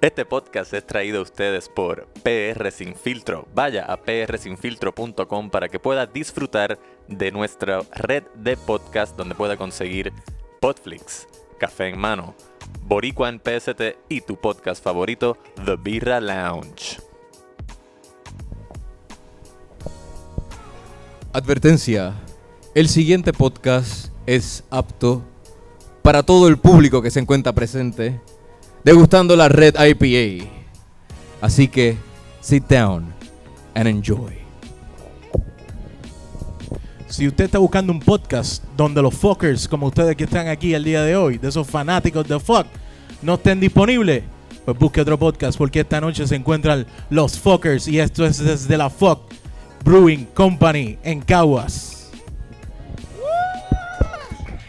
Este podcast es traído a ustedes por PR Sin Filtro. Vaya a prsinfiltro.com para que pueda disfrutar de nuestra red de podcast donde pueda conseguir Podflix, Café en Mano, Boricuan PST y tu podcast favorito, The Birra Lounge. Advertencia. El siguiente podcast es apto para todo el público que se encuentra presente degustando la red IPA. Así que sit down and enjoy. Si usted está buscando un podcast donde los fuckers, como ustedes que están aquí el día de hoy, de esos fanáticos de fuck, no estén disponibles, pues busque otro podcast porque esta noche se encuentran los fuckers y esto es desde la fuck Brewing Company en Caguas.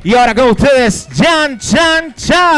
Y ahora con ustedes, Jan Chan Chan.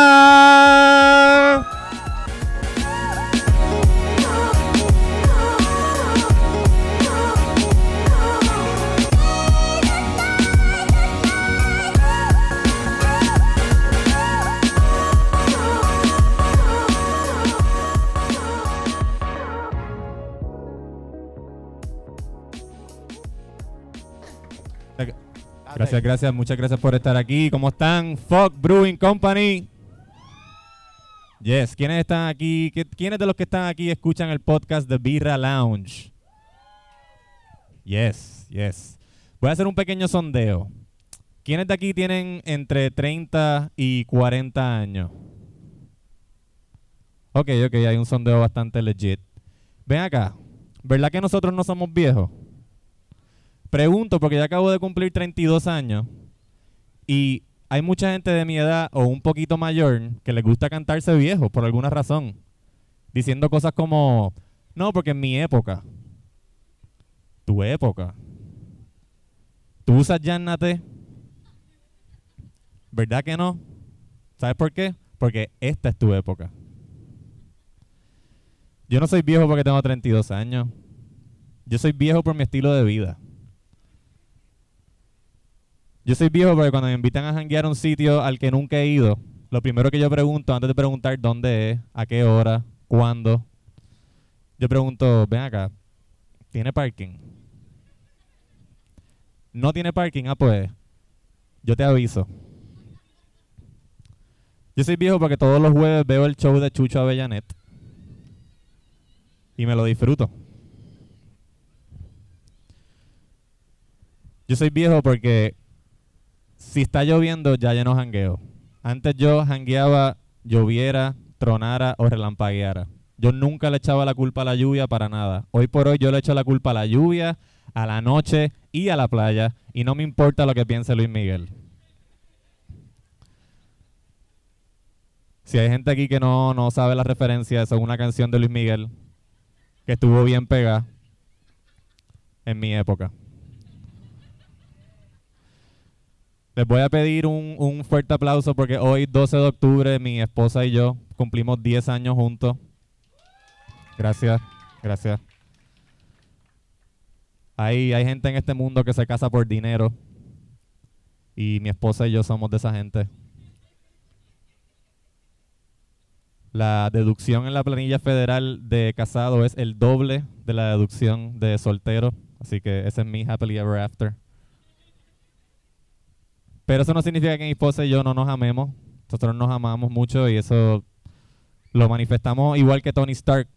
Gracias, gracias, muchas gracias por estar aquí. ¿Cómo están? Fog Brewing Company. Yes, ¿quiénes están aquí? ¿Qui- ¿Quiénes de los que están aquí escuchan el podcast de Birra Lounge? Yes, yes. Voy a hacer un pequeño sondeo. ¿Quiénes de aquí tienen entre 30 y 40 años? Ok, ok, hay un sondeo bastante legit. Ven acá, ¿verdad que nosotros no somos viejos? Pregunto porque ya acabo de cumplir 32 años y hay mucha gente de mi edad o un poquito mayor que les gusta cantarse viejo por alguna razón, diciendo cosas como, no, porque en mi época, tu época, tú usas Yannate, ¿verdad que no? ¿Sabes por qué? Porque esta es tu época. Yo no soy viejo porque tengo 32 años. Yo soy viejo por mi estilo de vida. Yo soy viejo porque cuando me invitan a janguear a un sitio al que nunca he ido, lo primero que yo pregunto antes de preguntar dónde es, a qué hora, cuándo, yo pregunto, ven acá, ¿tiene parking? No tiene parking, ah pues, yo te aviso. Yo soy viejo porque todos los jueves veo el show de Chucho Avellanet y me lo disfruto. Yo soy viejo porque si está lloviendo, ya ya no jangueo. Antes yo jangueaba, lloviera, tronara o relampagueara. Yo nunca le echaba la culpa a la lluvia para nada. Hoy por hoy yo le echo la culpa a la lluvia, a la noche y a la playa. Y no me importa lo que piense Luis Miguel. Si hay gente aquí que no, no sabe la referencia, eso es una canción de Luis Miguel que estuvo bien pegada en mi época. Les voy a pedir un, un fuerte aplauso porque hoy, 12 de octubre, mi esposa y yo cumplimos 10 años juntos. Gracias, gracias. Hay, hay gente en este mundo que se casa por dinero y mi esposa y yo somos de esa gente. La deducción en la planilla federal de casado es el doble de la deducción de soltero, así que ese es mi happily ever after. Pero eso no significa que mi esposa y yo no nos amemos. Nosotros nos amamos mucho y eso lo manifestamos igual que Tony Stark.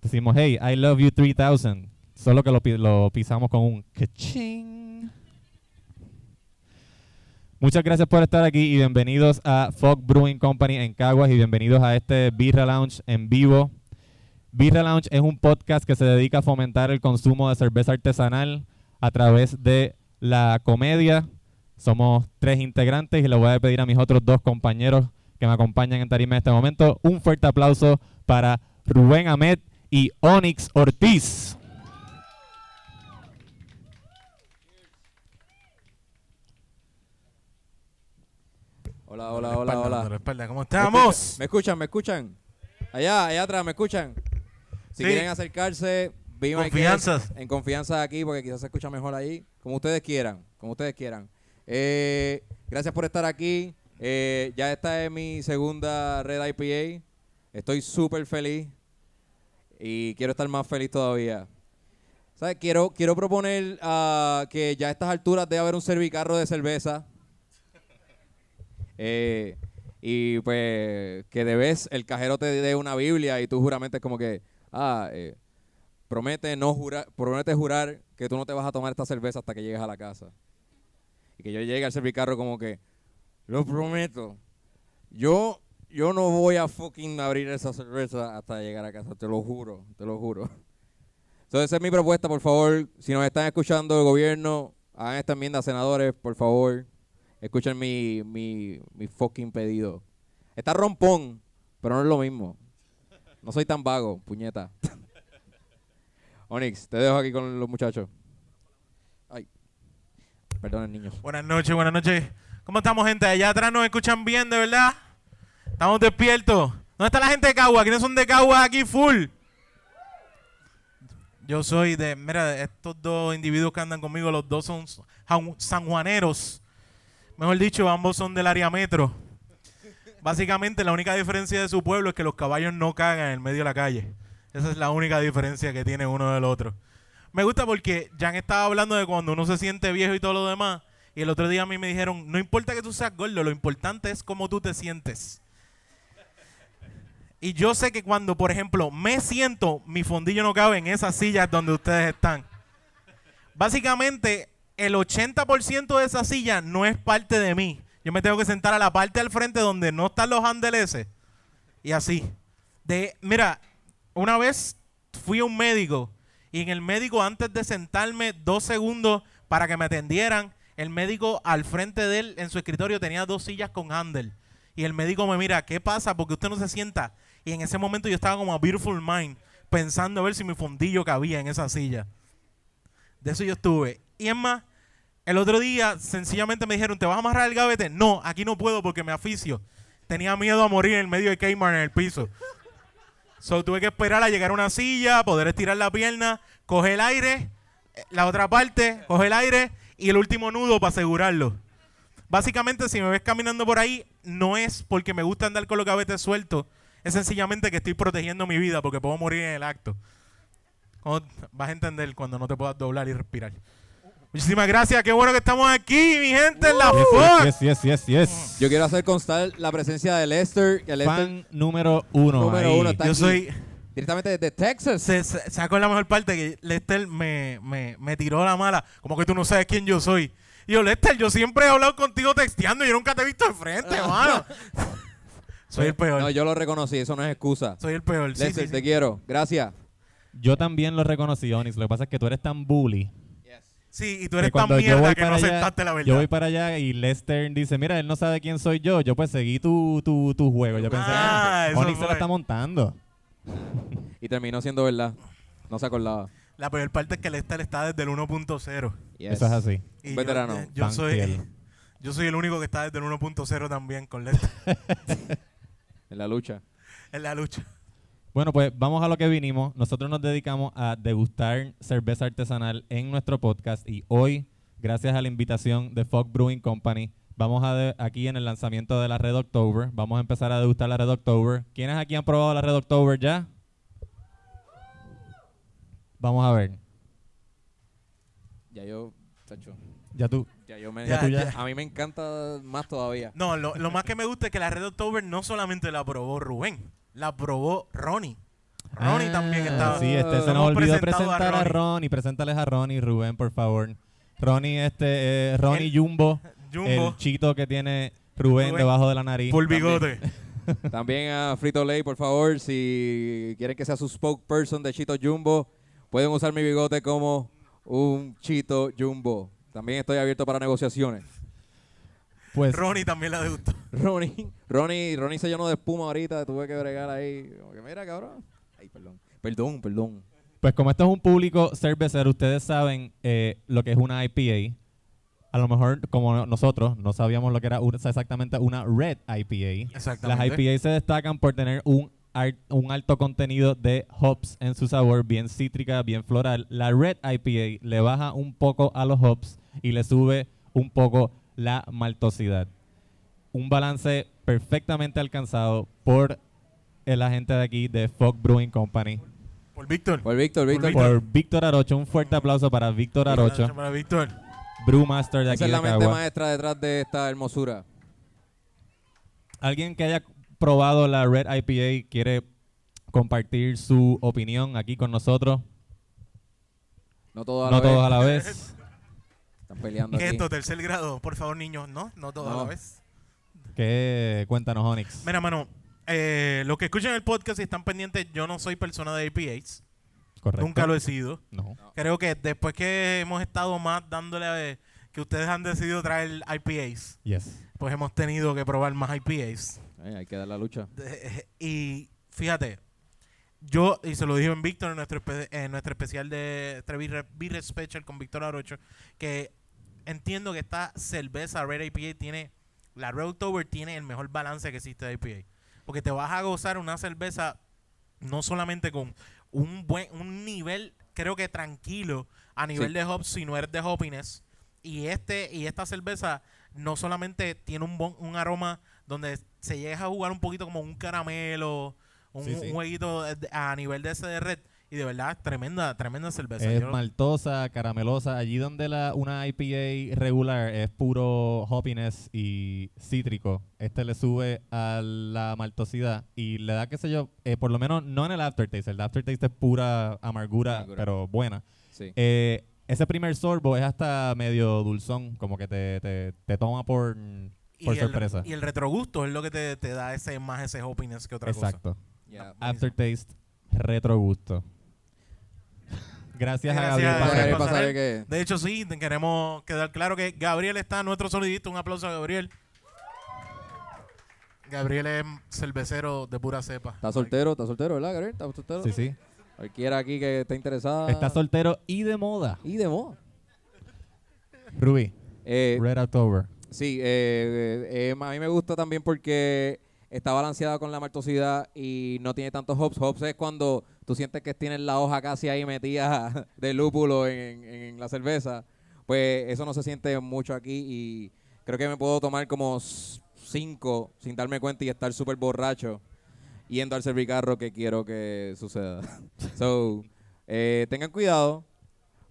Decimos, hey, I love you 3000. Solo que lo, pi- lo pisamos con un caching. Muchas gracias por estar aquí y bienvenidos a Fog Brewing Company en Caguas y bienvenidos a este Birra Lounge en vivo. Birra Lounge es un podcast que se dedica a fomentar el consumo de cerveza artesanal a través de la comedia, somos tres integrantes y le voy a pedir a mis otros dos compañeros que me acompañan en tarima en este momento un fuerte aplauso para Rubén Ahmed y Onyx Ortiz. Hola, hola, hola, Espalda, hola. espalda, ¿Cómo estamos? ¿Me escuchan? ¿Me escuchan? Allá, allá atrás, ¿me escuchan? Si Sí. quieren acercarse, be my Confianzas. guest, En confianza aquí, porque quizás se escucha mejor ahí. Como ustedes quieran, como ustedes quieran. Eh, gracias por estar aquí. Eh, ya esta es mi segunda red IPA. Estoy súper feliz y quiero estar más feliz todavía. ¿Sabes? Quiero, quiero proponer ah, que ya a estas alturas debe haber un servicarro de cerveza. Eh, y pues que debes, el cajero te dé una Biblia y tú juramentes como que, ah, eh, promete, no jurar, promete jurar que tú no te vas a tomar esta cerveza hasta que llegues a la casa. Y que yo llegue al servicarro como que, lo prometo, yo, yo no voy a fucking abrir esa cerveza hasta llegar a casa, te lo juro, te lo juro. Entonces esa es mi propuesta, por favor, si nos están escuchando el gobierno, hagan esta enmienda, senadores, por favor, escuchen mi, mi, mi fucking pedido. Está rompón, pero no es lo mismo. No soy tan vago, puñeta. Onyx, te dejo aquí con los muchachos. Ay. Perdonen, niños. Buenas noches, buenas noches. ¿Cómo estamos, gente? Allá atrás nos escuchan bien, de verdad. Estamos despiertos. ¿Dónde está la gente de Cagua? ¿Quiénes son de Cagua aquí full? Yo soy de. Mira, estos dos individuos que andan conmigo, los dos son jau- sanjuaneros. Mejor dicho, ambos son del área metro. Básicamente, la única diferencia de su pueblo es que los caballos no cagan en el medio de la calle. Esa es la única diferencia que tiene uno del otro. Me gusta porque Jan estaba hablando de cuando uno se siente viejo y todo lo demás. Y el otro día a mí me dijeron, no importa que tú seas gordo, lo importante es cómo tú te sientes. Y yo sé que cuando, por ejemplo, me siento, mi fondillo no cabe en esas sillas donde ustedes están. Básicamente, el 80% de esa silla no es parte de mí. Yo me tengo que sentar a la parte del frente donde no están los handeleses. Y así. De, mira, una vez fui a un médico y en el médico antes de sentarme dos segundos para que me atendieran, el médico al frente de él en su escritorio tenía dos sillas con handle. Y el médico me mira, ¿qué pasa? Porque usted no se sienta. Y en ese momento yo estaba como a Beautiful Mind, pensando a ver si mi fondillo cabía en esa silla. De eso yo estuve. Y es más, el otro día sencillamente me dijeron, ¿te vas a amarrar el gavete? No, aquí no puedo porque me aficio. Tenía miedo a morir en medio de Kmart en el piso. So, tuve que esperar a llegar a una silla, poder estirar la pierna, coger el aire, eh, la otra parte, coger el aire y el último nudo para asegurarlo. Básicamente, si me ves caminando por ahí, no es porque me gusta andar con los gavetes sueltos, es sencillamente que estoy protegiendo mi vida porque puedo morir en el acto. Como- Vas a entender cuando no te puedas doblar y respirar. Muchísimas gracias, qué bueno que estamos aquí, mi gente, en la Fox. Yes, yes, yes, yes, yes. Yo quiero hacer constar la presencia de Lester. Que Lester Fan número uno. número ahí. uno está Yo aquí, soy- directamente desde Texas. se, se- sacó la mejor parte que Lester me, me, me tiró la mala. Como que tú no sabes quién yo soy. Y yo, Lester, yo siempre he hablado contigo texteando y yo nunca te he visto de frente, hermano. soy el peor. No, yo lo reconocí, eso no es excusa. Soy el peor. Sí, Lester, sí, te sí. quiero. Gracias. Yo también lo reconocí, Onis. Lo que pasa es que tú eres tan bully. Sí, y tú eres que tan cuando yo voy mierda que no para allá- aceptaste la verdad. Yo voy para allá y Lester dice, mira, él no sabe quién soy yo. Yo pues seguí tu, tu, tu juego. Yo pensé, Ah, ah, eso Onix se fue. la está montando. Y terminó siendo verdad. No se acordaba. La peor parte es que Lester está desde el 1.0. Yes. Eso es así. Y Un yo- veterano. Yo, Van soy, Kiel. yo soy el único que está desde el 1.0 también con Lester En la lucha. en la lucha. Bueno, pues vamos a lo que vinimos. Nosotros nos dedicamos a degustar cerveza artesanal en nuestro podcast y hoy, gracias a la invitación de Fog Brewing Company, vamos a de- aquí en el lanzamiento de la Red October. Vamos a empezar a degustar la Red October. ¿Quiénes aquí han probado la Red October ya? Vamos a ver. Ya yo, chacho, Ya tú. ya yo me... Ya, ya. A mí me encanta más todavía. No, lo, lo más que me gusta es que la Red October no solamente la probó Rubén, la probó Ronnie. Ronnie Ah, también estaba. Sí, este se nos Hemos olvidó presentado presentar a Ronnie. Preséntales a Ronnie, Rubén, por favor. Ronnie, este, eh, Ronnie El- Jumbo, Jumbo. El chito que tiene Rubén, Rubén. debajo de la nariz. Por bigote. También a Frito Lay, por favor, si quieren que sea su spokesperson de Chito Jumbo, pueden usar mi bigote como un Chito Jumbo. También estoy abierto para negociaciones. Pues, Ronnie también la degustó. Ronnie, Ronnie, Ronnie se llenó de espuma ahorita, tuve que bregar ahí. Como que, mira, cabrón. Ay, perdón. Perdón, perdón. pues como esto es un público cervecero, ustedes saben eh, lo que es una IPA. A lo mejor, como nosotros, no sabíamos lo que era una- exactamente una Red IPA. Las Exactamente. IPA se destacan por tener un, ar- un alto contenido de hops en su sabor, bien cítrica, bien floral. La Red IPA le baja un poco a los hops y le sube un poco la maltosidad. Un balance perfectamente alcanzado por es la gente de aquí de Fog Brewing Company. Por Víctor. Por Víctor, Víctor. Víctor. Por Víctor Arocho, un fuerte aplauso para Víctor Arocho, Para Víctor. brewmaster de Esa aquí es de la mente Cagua. maestra detrás de esta hermosura. Alguien que haya probado la Red IPA quiere compartir su opinión aquí con nosotros. No todos a la No vez. todos a la vez. Están peleando ¿Qué es aquí. esto? Tercer grado. Por favor, niños, no, no todo a No. la vez. ¿Qué? Cuéntanos, Onyx. Mira, mano, eh, los que escuchan el podcast y están pendientes, yo no soy persona de APAs. Correcto. Nunca lo he sido. No. Creo que después que hemos estado más dándole a- que ustedes han decidido traer IPAs, Yes. pues hemos tenido que probar más IPAs. Eh, hay que dar la lucha. De- y fíjate, yo, y se lo dije en Víctor en nuestro, espe- en nuestro especial de Trevirre Birre Special con Víctor Arocho, que entiendo que esta cerveza Red IPA tiene, la Red October tiene el mejor balance que existe de IPA. Porque te vas a gozar una cerveza no solamente con un buen, un nivel, creo que tranquilo, a nivel Sí. de hops, si no eres de hoppiness. Y este, y esta cerveza no solamente tiene un bon- un aroma donde se llega a jugar un poquito como un caramelo, un, Sí, sí. un jueguito de- a nivel de ese de red. Y de verdad, tremenda, tremenda cerveza. Es Yo- maltosa, caramelosa. Allí donde la, una IPA regular es puro hoppiness y cítrico, este le sube a la maltosidad y le da, qué sé yo, eh, por lo menos no en el aftertaste. El aftertaste es pura amargura, Amargura. pero buena. Sí. Eh, ese primer sorbo es hasta medio dulzón, como que te, te, te toma por, y por el- sorpresa. Y el retrogusto es lo que te, te da ese más ese hoppiness que otra cosa. Exacto. Ya. Aftertaste, retrogusto. Gracias, a Gracias Gabriel a Pasarela. Gabriel Pasarela. Pasarela, ¿qué? De hecho, sí, te queremos quedar claro que Gabriel está nuestro solidito. Un aplauso a Gabriel. Gabriel es cervecero de pura cepa. ¿Está soltero? ¿Está soltero, verdad, Gabriel? ¿Está soltero? Sí, sí. Cualquiera aquí que esté interesada. Está soltero y de moda. Y de moda. Ruby, Eh, Red October. Sí, eh, eh, eh, a mí me gusta también porque está balanceada con la maltosidad y no tiene tantos hops. Hops es cuando tú sientes que tienes la hoja casi ahí metida de lúpulo en, en la cerveza. Pues eso no se siente mucho aquí y creo que me puedo tomar como s- cinco sin darme cuenta y estar súper borracho yendo al servicarro que quiero que suceda. so, eh, tengan cuidado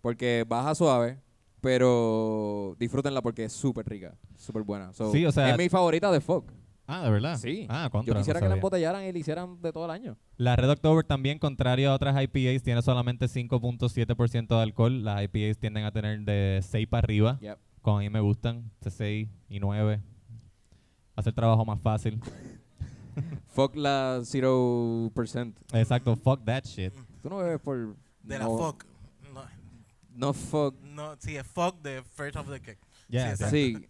porque baja suave, pero disfrútenla porque es súper rica, súper buena. So, Sí, o sea- es mi favorita de Fox. Ah, ¿de verdad? Sí. Ah, contra, Yo no quisiera que la sabía. embotellaran y la hicieran de todo el año. La Red October también, contrario a otras IPAs, tiene solamente 5.7% de alcohol. Las IPAs tienden a tener de 6 para arriba. Yep. Como a mí me gustan, de 6 y 9. Hace el trabajo más fácil. Fuck la 0%. Exacto, fuck that shit. Tú no bebes por... De no- la fuck. No, No fuck. no, sí, es fuck de First of the Kick. Yeah, exacto. Sí.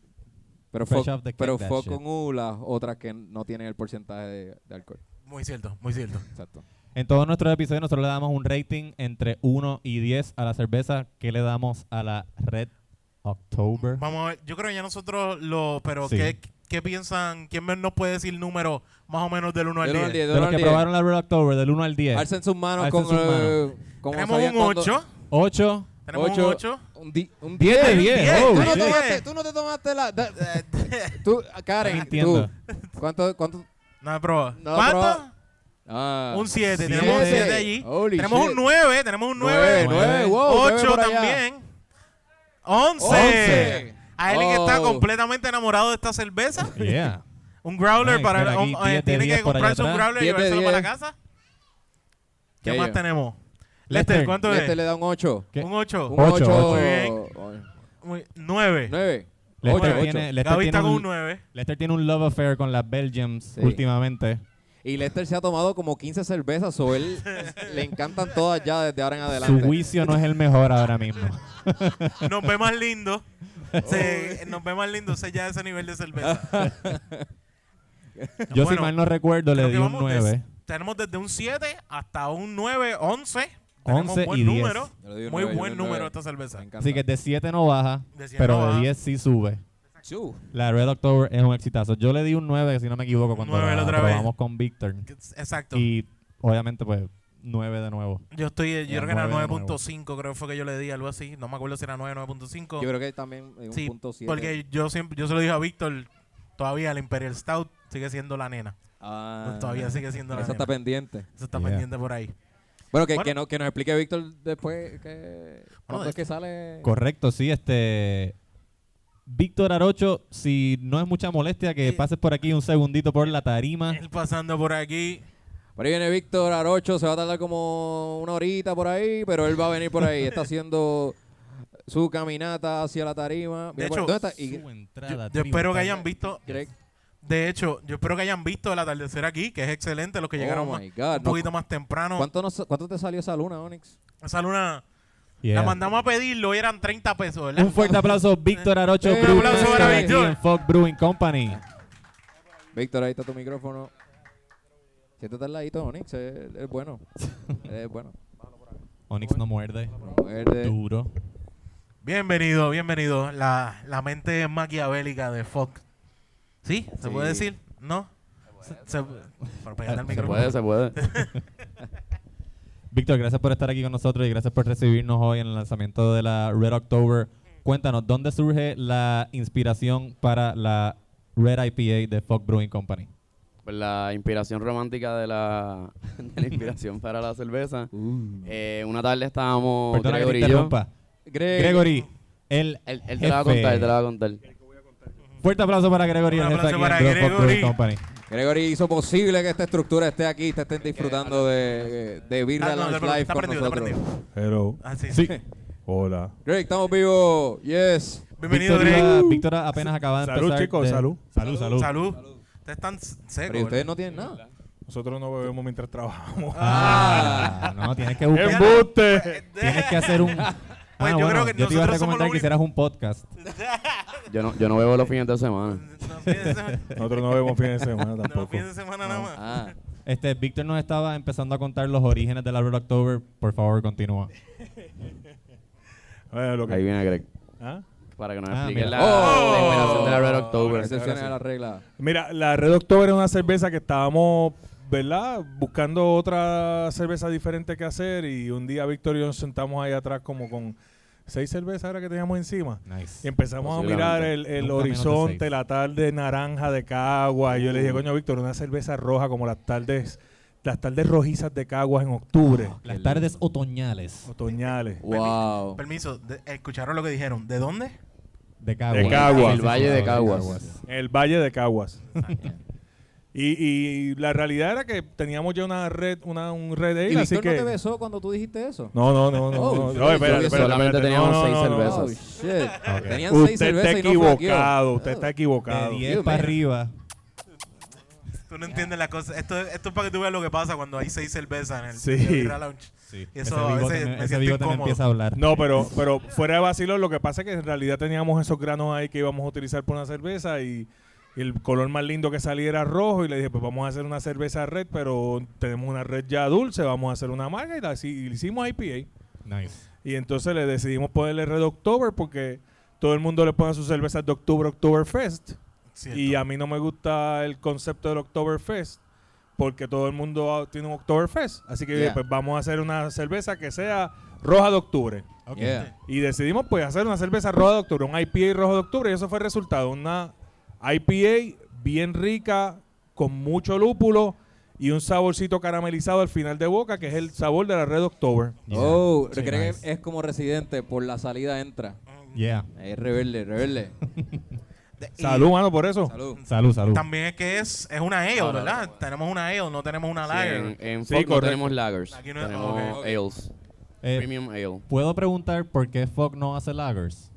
Pero Fresh fuck, off the pero cake, that fuck shit. con U, las otras que no tienen el porcentaje de, de alcohol. Muy cierto, muy cierto. Exacto. En todos nuestros episodios nosotros le damos un rating entre 1 y 10 a la cerveza. ¿Qué le damos a la Red October? Vamos a ver, yo creo que ya nosotros lo. Pero, Sí. ¿qué, ¿qué piensan? ¿Quién me- nos puede decir número más o menos del 1 al Del uno al 10? diez, De del uno los que al diez. probaron la Red October, del 1 al 10. Alcen sus manos Alcen con... sus manos. eh, como Tenemos sabían un cuando- 8. 8. Tenemos ocho, un 8. Un, di- un Diez 10 de diez. Tú, Oh, no shit. tomaste, tú no te tomaste la... da- eh, tú, Karen, entiendo. tú. ¿Cuánto? cuánto No he probado. No he ¿Cuánto? probado. Ah, Un 7. Siete. Tenemos un 7 allí. Holy tenemos shit. un 9. Tenemos un 9. Nueve, nueve, wow, nueve 8 por allá. también. 11. Once. A él que está Oh. completamente enamorado de esta cerveza. Yeah. Un growler Nice, para mira, un- aquí, eh, diez de tiene diez que por allá comprarse un atrás. growler y Diez de llevárselo para la diez. casa. ¿Qué Yeah, más yeah. tenemos? Lester, Lester, ¿cuánto Este es? le da un 8. ¿Qué? Un 8. Un Ocho, 8. ocho. Nueve. 9. Lester 8, tiene, 8. Lester Gaby tiene está con un- un 9. Lester tiene un love affair con las eh, Belgians Sí. últimamente. Y Lester se ha tomado como 15 cervezas o él le encantan todas ya desde ahora en Su adelante. juicio no es el mejor ahora mismo. Nos ve más lindo. Se- nos ve más lindo se ya ese nivel de cerveza. Yo si Bueno, mal no recuerdo Creo le que di un vamos des- 9. tenemos desde un 7 hasta un 9, 11. 11 Tenemos buen y 10. número. Yo le doy un nueve, Muy yo le doy buen un número nueve. esta cerveza. Me encanta. Así que de 7 no baja, De siete pero no de baja. 10 sí sube. Chu. La Red October es un exitazo. Yo le di un 9, si no me equivoco, cuando Nueve la la otra vez. probamos con Víctor. Exacto. Y obviamente pues 9 de nuevo. yo estoy, yo Ya, creo que era nueve de 9.5, creo que fue que yo le di algo así. No me acuerdo si era 9, Yo 9.5. creo que también en un Sí, punto 7. Porque yo siempre, yo se lo dije a Víctor, todavía la Imperial Stout sigue siendo la nena. Ah, Todavía sigue siendo la Esa está nena. pendiente. Eso está Yeah. pendiente por ahí. Bueno, que, Bueno. que, no- que nos explique Víctor después que, cuándo de- es que sale. Correcto, sí, este. Víctor Arocho, si no es mucha molestia que pases por aquí un segundito por la tarima. Él pasando por aquí. Por ahí viene Víctor Arocho, se va a tardar como una horita por ahí, pero él va a venir por ahí. Está haciendo su caminata hacia la tarima. De Mira por- hecho, ¿dónde está? Y- Su entrada Yo, yo triunfal. espero que hayan visto. Greg- De hecho, yo espero que hayan visto el atardecer aquí, que es excelente. Los que Oh llegaron my más- God, un no- poquito más temprano. ¿Cuánto, nos- ¿Cuánto te salió esa luna, Onyx? Esa luna Yeah. la mandamos a pedirlo y eran 30 pesos, ¿verdad? Un fuerte aplauso, Víctor Arocho. Un Brewing aplauso para Company, Víctor. en Fog Brewing Company. Víctor, ahí está tu micrófono. Siéntate al ladito, Onyx. Es, es bueno. es bueno. Onyx no muerde. Muerde. Duro. Bienvenido, bienvenido. La, la mente maquiavélica de Fox. ¿Sí? ¿Se Sí. puede decir? ¿No? Se, se- pero pégate al Se micrófono. Ah, puede, se puede. Víctor, gracias por estar aquí con nosotros y gracias por recibirnos hoy en el lanzamiento de la Red October. Cuéntanos, ¿dónde surge la inspiración para la Red IPA de Fog Brewing Company? Pues la inspiración romántica de la, de la inspiración para la cerveza. Eh, una tarde estábamos. Uh. Perdona que te Gregory y yo. interrumpa. Eh. Greg. Gregory, el, Él, él te la va a jefe. contar, él te la va a contar. Fuerte aplauso para Gregory, Un el jefe aplauso aquí para en Fog Gregory. Brewing Company. Gregory hizo posible que esta estructura esté aquí, te estén disfrutando de, eh, de Birra Eh, Ah, no, Lounge está Live está con prendido, está nosotros. Hello. Ah, sí, Sí. sí. Hola. Greg, estamos vivos. Yes. Bienvenido, Víctor iba- Greg. Víctor apenas acaba de Salud, empezar. chicos, de- salud. Salud, salud. Salud. Ustedes están s- Pero ¿y secos. ustedes ¿verdad? no tienen nada. Nosotros no bebemos mientras trabajamos. Ah, no, tienes que buscar. ¡Embuste! Tienes que hacer un. Ah, Pues, yo bueno, creo que yo te iba a nosotros somos recomendar los que hicieras un podcast. Yo no, yo no bebo los fines de semana. No, fin de semana- Nosotros no bebemos fines de semana no, tampoco. fin de semana nada más. Ah. Este, Víctor nos estaba empezando a contar los orígenes de la Red October. Por favor, continúa. Eh, lo que- Ahí viene Greg. ¿Ah? Para que nos Ah, explique mira. la, Oh. la inspiración de la Red Ahora October. sí. Excepciones a la regla. Mira, la Red October es una cerveza que estábamos, ¿verdad? Buscando otra cerveza diferente que hacer y un día Víctor y yo nos sentamos ahí atrás como con seis cervezas ahora que teníamos encima. Y Nice. empezamos a mirar Posiblemente. el, el Nunca menos de horizonte, seis. la tarde naranja de Caguas. Y yo le dije, coño, Víctor, una cerveza roja como las tardes, las tardes rojizas de Caguas en octubre, Las tardes otoñales otoñales. Uh. Wow. Permiso, de- ¿escucharon lo que dijeron? ¿De dónde? de Caguas. De Caguas. El Valle de Caguas. En el Valle de Caguas. y, y la realidad era que teníamos ya una red, una, un red ale, ¿Y así Víctor no que... te besó cuando tú dijiste eso? no, no, no, no, Oh, no. yo no, que espérate, espérate, solamente espérate. teníamos No, no, seis no, cervezas. no. Oh, shit. Ok. Tenían Usted seis está cervezas y no equivocado, usted flaqueó. está De equivocado. 10 para arriba. Tú no entiendes la cosa. Esto, esto es para que tú veas lo que pasa cuando hay seis cervezas en el Sí. en el Birra Lounge. Eso ese a veces bigote, me me, ese siento bigote me incómodo. empieza a hablar. No, pero, pero fuera de vacilo, lo que pasa es que en realidad teníamos esos granos ahí que íbamos a utilizar por una cerveza y, y el color más lindo que salía era rojo y le dije, pues vamos a hacer una cerveza red, pero tenemos una red ya dulce, vamos a hacer una amarga y la hici- y le hicimos IPA. Nice. Y entonces le decidimos ponerle Red October porque todo el mundo le pone sus cervezas de Octubre, Oktoberfest. Cierto. Y a mí no me gusta el concepto del Oktoberfest porque todo el mundo ah, tiene un Oktoberfest. Así que yo dije, Yeah. pues vamos a hacer una cerveza que sea roja de octubre. Ok. Yeah. Y decidimos pues hacer una cerveza roja de octubre, un IPA rojo de octubre, y eso fue el resultado. Una IPA bien rica, con mucho lúpulo y un saborcito caramelizado al final de boca, que es el sabor de la Red October. Yeah. Oh, Sí, creo nice. que es como residente, por la salida entra. Yeah. Es rebelde, rebelde. De- y Salud, mano, por eso. Salud. Salud, salud. También es que es, es una ale, ¿verdad? Tenemos una ale, no tenemos una Sí, lager. en en Sí, Fox no correcto. tenemos lagers. Aquí no- tenemos ok. ales. Eh, Premium ale. ¿Puedo preguntar por qué Fog no hace lagers?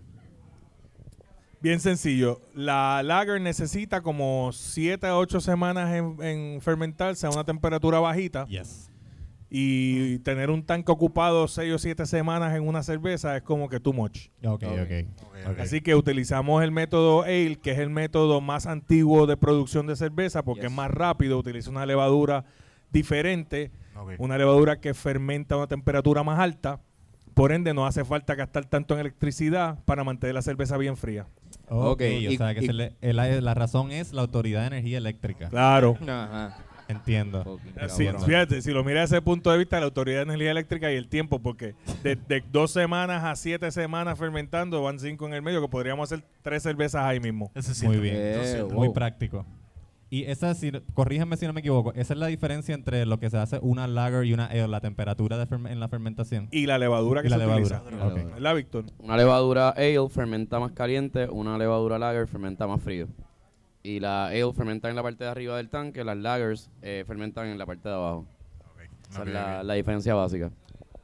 Bien sencillo. La lager necesita como 7 a 8 semanas en, en fermentarse a una temperatura bajita. Yes. Y tener un tanque ocupado 6 o 7 semanas en una cerveza es como que too much. Ok, ok. ok. Ok. Así que utilizamos el método ale, que es el método más antiguo de producción de cerveza, porque Yes. es más rápido, utiliza una levadura diferente, Ok. una levadura que fermenta a una temperatura más alta, por ende no hace falta gastar tanto en electricidad para mantener la cerveza bien fría. Ok, Ok, o y- sea que y- se le- el- la, razón es la Autoridad de Energía Eléctrica. Claro. Ajá. Entiendo. Fucking Eh, Sí, cabrón. fíjate, si lo miras desde ese punto de vista, la Autoridad de Energía Eléctrica y el tiempo, porque de, de dos semanas a siete semanas fermentando, van cinco en el medio, que podríamos hacer tres cervezas ahí mismo. Eso es Muy cierto. bien. Eh, Eso es cierto. Muy wow. práctico. Y esa, si, no- corrígeme si no me equivoco, esa es la diferencia entre lo que se hace una lager y una ale, la temperatura de ferme- en la fermentación. Y la levadura que Y la se levadura. utiliza. Y la levadura. ¿Verdad, Víctor? Una levadura ale fermenta más caliente, una levadura lager fermenta más frío. Y la ale fermenta en la parte de arriba del tanque, las lagers eh, fermentan en la parte de abajo. Esa es la, la diferencia básica.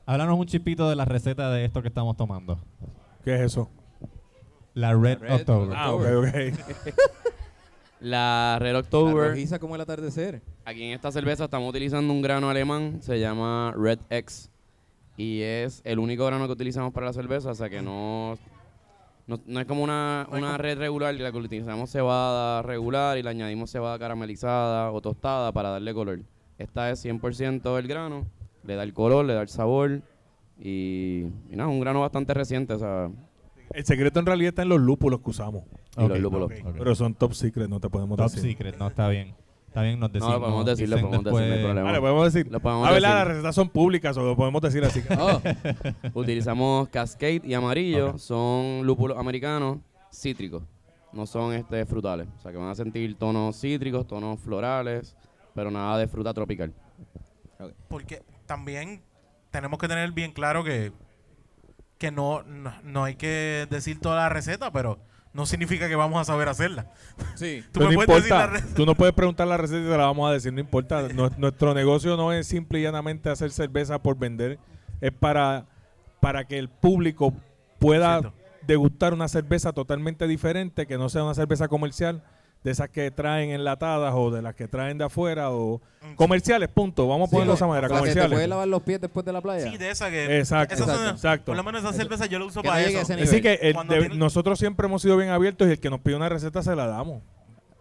Háblanos un chipito de la receta de esto que estamos tomando. ¿Qué es eso? La Red, Red October. Ah, ok, ok. La Red October, Rojiza como el atardecer. aquí en esta cerveza estamos utilizando un grano alemán, se llama Red X. Y es el único grano que utilizamos para la cerveza, o sea que no, no, no es como una, una red regular, la que utilizamos cebada regular y le añadimos cebada caramelizada o tostada para darle color. Esta es 100% el grano, le da el color, le da el sabor y, y nada, un grano bastante reciente, o sea, El secreto en realidad está en los lúpulos que usamos. y los lúpulos. Ok, Pero son top secret, no te podemos Top decir. Secret, no está bien. Está bien, nos decimos. No, lo podemos decir, lo dicen podemos decir, no hay después- problema. Ah, lo podemos decir. Lo podemos ah, ¿verdad? decir. Las recetas son públicas o lo podemos decir así. que- Oh, Utilizamos Cascade y amarillo, son lúpulos americanos cítricos, no son este frutales, o sea que van a sentir tonos cítricos, tonos florales, pero nada de fruta tropical. Porque también tenemos que tener bien claro que, que no, no, no hay que decir toda la receta, pero no significa que vamos a saber hacerla. sí. Tú Pero me no puedes decir la importa. receta. Tú no puedes preguntar la receta y te la vamos a decir, no importa. Nues- Nuestro negocio no es simple y llanamente hacer cerveza por vender. Es para, para que el público pueda Cierto. degustar una cerveza totalmente diferente, que no sea una cerveza comercial, de esas que traen enlatadas o de las que traen de afuera o Mm. comerciales, punto. Vamos a ponerlo de esa manera, Para que te puedes comerciales. lavar los pies después de la playa. Sí, de esa que. Exacto, esas son- exacto. Por lo menos esa cerveza yo la uso Que no para llegue a eso. ese nivel. Así que el Cuando de- tiene- nosotros siempre hemos sido bien abiertos y el que nos pide una receta se la damos.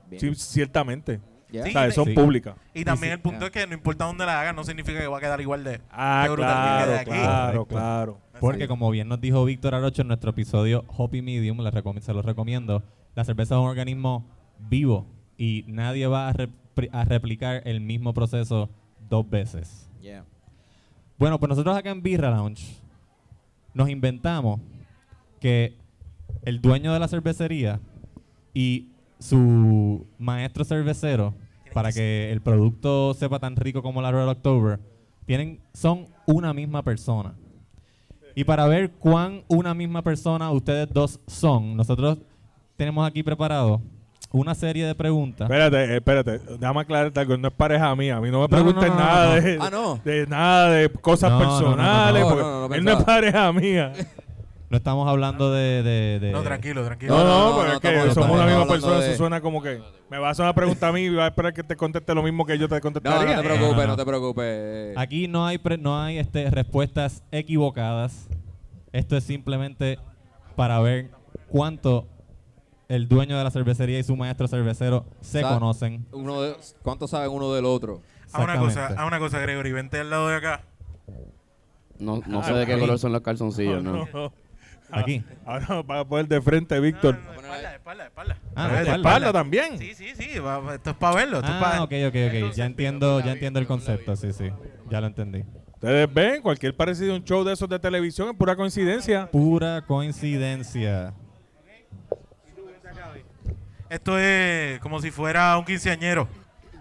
Bien. Sí, ciertamente. Ya. Sí. O sea, son Sí. públicas. Y también el Ah. punto es que no importa dónde la hagas, no significa que va a quedar igual de. Ah, Qué brutal que claro, quede aquí. claro, Correcto. claro. Porque como bien nos dijo Víctor Arocho en nuestro episodio Hoppy Medium, la recom- se los recomiendo, la cerveza es un organismo vivo y nadie va a, repri- a replicar el mismo proceso dos veces. Yeah. Bueno, pues nosotros acá en Birra Lounge nos inventamos que el dueño de la cervecería y su maestro cervecero, para que el producto sepa tan rico como la Red October, tienen, son una misma persona. Y para ver cuán una misma persona ustedes dos son, nosotros tenemos aquí preparado una serie de preguntas. Espérate, espérate. Déjame aclararte algo. No es pareja mía. A mí no me no, pregunten no, no, nada no. De, Ah, no. de nada de cosas No, no, no, no, personales. no, porque no, no, no él no es pensaba. pareja mía. No estamos hablando de... de- de- No, tranquilo, tranquilo. No, No, no, no, pero no, es que estamos- somos una estamos misma hablando persona. de- Eso suena como que me vas a hacer una pregunta a mí y vas a esperar que te conteste lo mismo que yo te No, contestaría. no te No, no. preocupes, no te preocupes. Aquí no hay, pre- no hay este, respuestas equivocadas. Esto es simplemente para ver cuánto el dueño de la cervecería y su maestro cervecero se Sa- conocen. Uno de, ¿Cuánto saben uno del otro? A Ah, una cosa, Exactamente. a una cosa, Gregory, vente al lado de acá. No, no sé de qué color son los calzoncillos, No, ¿no? no. Aquí. Ahora vas a poner de frente, Víctor. Ah, No, no, no, espalda, espalda, espalda. Ah, de espalda, espalda. también. Sí, sí, sí, va- esto es para verlo. Esto es Ah, pa- ok, ok, ok. Ya entiendo, ya entiendo el concepto, sí, sí. Ya lo entendí. Ustedes ven, cualquier parecido a un show de esos de televisión es pura coincidencia. Pura coincidencia. Esto es como si fuera un quinceañero.